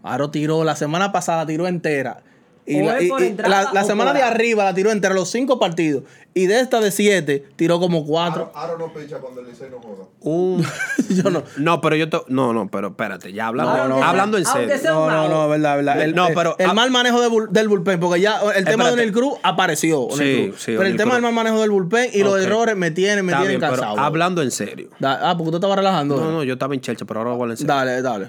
Speaker 1: Aro tiró, la semana pasada tiró entera. Y
Speaker 3: O
Speaker 1: la,
Speaker 3: es
Speaker 1: y-
Speaker 3: por
Speaker 1: y
Speaker 3: entrada
Speaker 1: la- la
Speaker 3: o
Speaker 1: semana
Speaker 3: por
Speaker 1: de
Speaker 3: out.
Speaker 1: arriba la tiró entera, los cinco partidos. Y de esta de siete, tiró como cuatro.
Speaker 4: Aro, Aro no picha cuando el Licey no juega.
Speaker 2: Un- [laughs]
Speaker 1: [laughs] Yo no.
Speaker 2: no, pero yo te- No, no, pero espérate, ya hablando.
Speaker 1: No, no,
Speaker 2: hablando en
Speaker 3: aunque
Speaker 2: serio.
Speaker 3: sea-
Speaker 1: No, no, no, verdad, verdad. El,
Speaker 2: No,
Speaker 1: el-
Speaker 2: pero-
Speaker 1: el
Speaker 2: ah-
Speaker 1: mal manejo de bul- del bullpen, porque ya el tema de
Speaker 2: Espérate.
Speaker 1: O'Neill Cruz apareció. O'Neill
Speaker 2: Sí,
Speaker 1: Cruz.
Speaker 2: sí,
Speaker 1: pero el
Speaker 2: O'Neill
Speaker 1: tema
Speaker 2: Cruz.
Speaker 1: del mal manejo del bullpen y
Speaker 2: Ok.
Speaker 1: los errores me tienen, me
Speaker 2: Está
Speaker 1: tienen
Speaker 2: bien, pero
Speaker 1: cansado.
Speaker 2: hablando en serio.
Speaker 1: Da- ah, porque tú estabas relajando.
Speaker 2: No, no, yo estaba en Chelsea, pero ahora voy a hablar en serio.
Speaker 1: Dale, dale.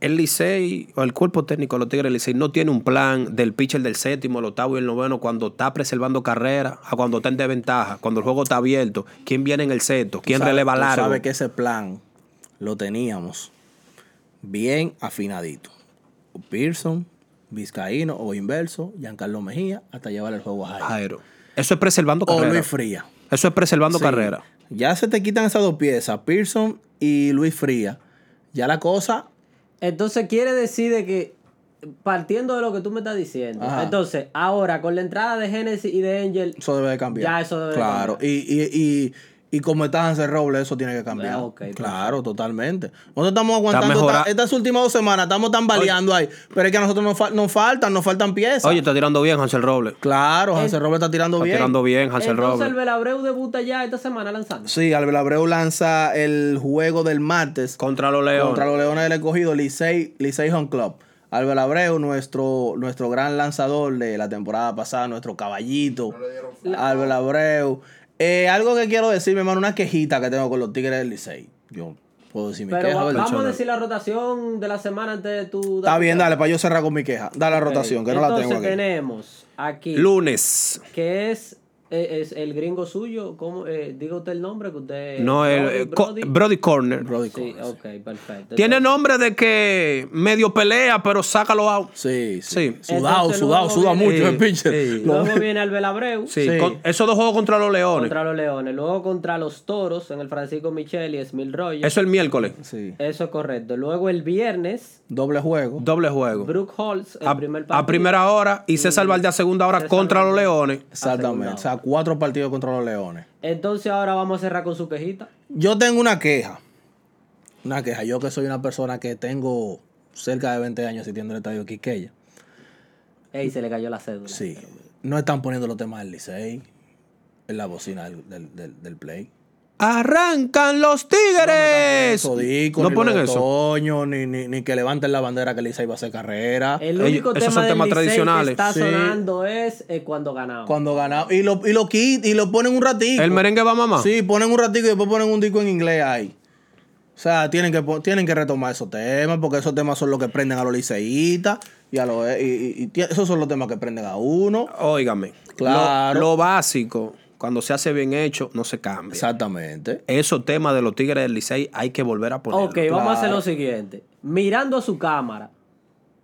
Speaker 2: el Licey o el cuerpo técnico de los Tigres del Licey no tiene un plan del pitcher del séptimo, el octavo y el noveno cuando está preservando carrera, a cuando está en desventaja, cuando el juego está abierto, quién viene en el sexto, quién
Speaker 1: Tú sabes-
Speaker 2: releva
Speaker 1: tú
Speaker 2: largo.
Speaker 1: sabes que ese plan lo teníamos bien afinadito. Pearson, Vizcaíno o inverso, Giancarlo Mejía, hasta llevar el juego a Jairo.
Speaker 2: Jairo. Eso es preservando
Speaker 1: O
Speaker 2: carrera.
Speaker 1: Oh, Luis Fría.
Speaker 2: Eso es preservando
Speaker 1: Sí.
Speaker 2: carrera.
Speaker 1: Ya se te quitan esas dos piezas, Pearson y Luis Fría. Ya la cosa.
Speaker 3: Entonces quiere decir de que, partiendo de lo que tú me estás diciendo,
Speaker 1: Ajá.
Speaker 3: entonces ahora con la entrada de Genesis y de Angel,
Speaker 1: Eso debe de cambiar.
Speaker 3: Ya, eso debe de
Speaker 1: Claro.
Speaker 3: cambiar.
Speaker 1: Y, y, y, y como está Hansel Robles, eso tiene que cambiar.
Speaker 3: Ah, ok, perfecto.
Speaker 1: claro, totalmente. Nosotros estamos aguantando
Speaker 2: mejora-
Speaker 1: esta- estas últimas dos semanas, estamos tambaleando ahí. Pero es que a nosotros nos, fal- nos faltan, nos faltan piezas.
Speaker 2: Oye, está tirando bien Hansel Robles.
Speaker 1: Claro, Hansel
Speaker 3: El-
Speaker 1: Robles está tirando
Speaker 2: Está
Speaker 1: bien.
Speaker 2: tirando bien Hansel
Speaker 3: entonces el
Speaker 2: Robles.
Speaker 3: Belabreu debuta ya esta semana lanzando.
Speaker 1: Sí, Albert Abreu lanza el juego del martes
Speaker 2: Contra los Leones.
Speaker 1: contra los Leones del Escogido, Licey, Licey Home Club. Albert Abreu, nuestro, nuestro gran lanzador de la temporada pasada, nuestro caballito.
Speaker 4: No le dieron
Speaker 1: Albert Abreu. Eh, algo que quiero decir, mi hermano, una quejita que tengo con los Tigres del Licey. Yo puedo decir mi
Speaker 3: Pero
Speaker 1: queja,
Speaker 3: va-
Speaker 1: ¿verdad?
Speaker 3: vamos a decir la rotación de la semana antes de tu...
Speaker 1: Está bien, dale, para yo cerrar con mi queja. Dale la rotación, que no la
Speaker 3: Entonces
Speaker 1: tengo aquí.
Speaker 3: tenemos aquí,
Speaker 2: Lunes.
Speaker 3: que es, eh, es el gringo suyo, ¿cómo? Eh, diga usted el nombre que usted...
Speaker 2: No, el eh, co-
Speaker 3: Brody,
Speaker 2: Brody, Corner.
Speaker 1: Brody
Speaker 3: Sí,
Speaker 1: Cohen.
Speaker 3: ok, perfecto.
Speaker 2: Tiene nombre de que medio pelea, pero sácalo out.
Speaker 1: Sí, sí.
Speaker 2: Sí.
Speaker 1: Sudado,
Speaker 3: Entonces,
Speaker 1: sudado,
Speaker 3: luego
Speaker 1: suda
Speaker 3: viene-
Speaker 1: mucho el
Speaker 2: Sí,
Speaker 1: pinche.
Speaker 2: sí.
Speaker 1: Lo-
Speaker 3: Luego viene Albel Abreu
Speaker 2: Sí,
Speaker 1: Sí.
Speaker 2: con- esos dos juegos contra los Leones.
Speaker 3: contra los Leones. Luego contra los Toros en el Francisco Michel y Esmil Rogers.
Speaker 2: Eso el miércoles.
Speaker 1: sí.
Speaker 3: Eso es correcto. Luego el viernes,
Speaker 1: Doble
Speaker 3: Ah,
Speaker 1: juego.
Speaker 2: Doble juego.
Speaker 3: Brooke Holtz, el
Speaker 2: a,
Speaker 3: primer
Speaker 2: a
Speaker 3: partido.
Speaker 2: primera hora y César Valdés a segunda hora
Speaker 3: César
Speaker 2: contra los
Speaker 3: Valdés.
Speaker 2: Leones.
Speaker 1: Exactamente. O sea, cuatro partidos contra los Leones.
Speaker 3: Entonces ahora vamos a cerrar con su quejita.
Speaker 1: Yo tengo una queja. Una queja. Yo que soy una persona que tengo cerca de 20 años asistiendo al estadio Quiqueya.
Speaker 3: Ey, se le cayó la cédula.
Speaker 1: Sí. No están poniendo los temas del Licey en la bocina del, del- del- del play.
Speaker 2: Arrancan los Tigres.
Speaker 1: Eso, Dico,
Speaker 2: no
Speaker 1: ni
Speaker 2: ponen
Speaker 1: lo de
Speaker 2: eso.
Speaker 1: Toño, ni, ni- ni que levanten la bandera que el Licey va a hacer carrera.
Speaker 3: El
Speaker 2: Ellos-
Speaker 3: único
Speaker 2: esos
Speaker 3: tema
Speaker 2: son
Speaker 3: del
Speaker 2: temas
Speaker 3: Licey
Speaker 2: tradicionales.
Speaker 3: que está
Speaker 1: Sí.
Speaker 3: sonando es eh, cuando ganamos.
Speaker 1: Cuando ganamos. Y lo, y lo quit- y lo ponen un ratito.
Speaker 2: El merengue va mamá.
Speaker 1: Sí, ponen un ratito y después ponen un disco en inglés ahí. O sea, tienen que, po- tienen que retomar esos temas, porque esos temas son los que prenden a los liceístas y a los eh, y- y- y tie- esos son los temas que prenden a uno.
Speaker 2: Ah, Óigame.
Speaker 1: Claro.
Speaker 2: Lo, lo básico, cuando se hace bien hecho, no se cambia.
Speaker 1: Exactamente.
Speaker 2: Esos temas de los Tigres del Licey hay que volver a ponerlo.
Speaker 3: ok, vamos a hacer lo siguiente. Mirando a su cámara,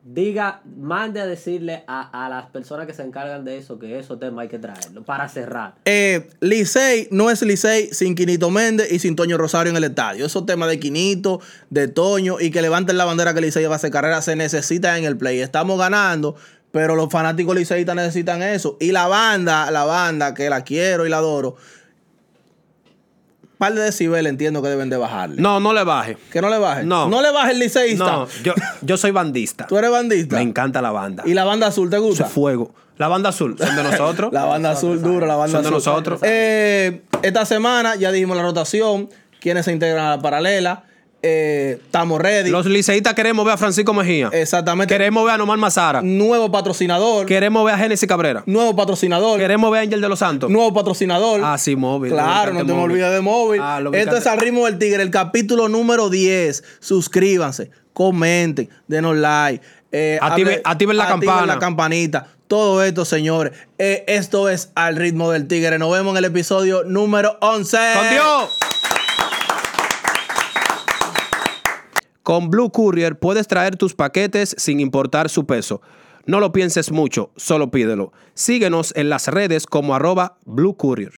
Speaker 3: diga, mande a decirle a, a las personas que se encargan de eso que esos temas hay que traerlo para cerrar.
Speaker 1: Eh, Licey no es Licey sin Quinito Méndez y sin Toño Rosario en el estadio. Esos temas de Quinito, de Toño y que levanten la bandera que Licey va a hacer carrera se necesita en el play. Estamos ganando, pero los fanáticos liceístas necesitan eso. Y la banda, la banda que la quiero y la adoro, par de decibeles entiendo que deben de bajarle.
Speaker 2: No, no le baje.
Speaker 1: Que no le baje.
Speaker 2: No.
Speaker 1: No le baje el liceísta.
Speaker 2: No, yo, yo soy bandista.
Speaker 1: Tú eres bandista.
Speaker 2: Me encanta la banda.
Speaker 1: ¿Y la banda azul te
Speaker 2: Su
Speaker 1: gusta?
Speaker 2: fuego. La banda azul, son
Speaker 1: [laughs]
Speaker 2: de nosotros.
Speaker 1: La banda azul dura, la banda
Speaker 2: Son de
Speaker 1: azul.
Speaker 2: nosotros.
Speaker 1: Eh, esta semana ya dijimos la rotación, quienes se integran a la paralela. eh, estamos ready.
Speaker 2: Los liceístas queremos ver a Francisco Mejía.
Speaker 1: Exactamente.
Speaker 2: Queremos ver a Nomar Mazara.
Speaker 1: Nuevo patrocinador.
Speaker 2: Queremos ver a Génesis Cabrera.
Speaker 1: Nuevo patrocinador.
Speaker 2: Queremos ver a Ángel de los Santos.
Speaker 1: Nuevo patrocinador.
Speaker 2: Ah, sí, móvil.
Speaker 1: Claro, no
Speaker 2: Lubricante
Speaker 1: te me
Speaker 2: móvil.
Speaker 1: olvides de móvil.
Speaker 2: Ah, lubricante.
Speaker 1: Esto es Al Ritmo del Tigre, el capítulo número 10. Suscríbanse, comenten, denos like. eh,
Speaker 2: Active-
Speaker 1: hable-
Speaker 2: activen la campana.
Speaker 1: la campanita. Todo esto, señores. Eh, esto es Al Ritmo del Tigre. Nos vemos en el episodio número 11.
Speaker 2: ¡Con Dios! Con Blue Courier puedes traer tus paquetes sin importar su peso. No lo pienses mucho, solo pídelo. Síguenos en las redes como arroba Blue Courier.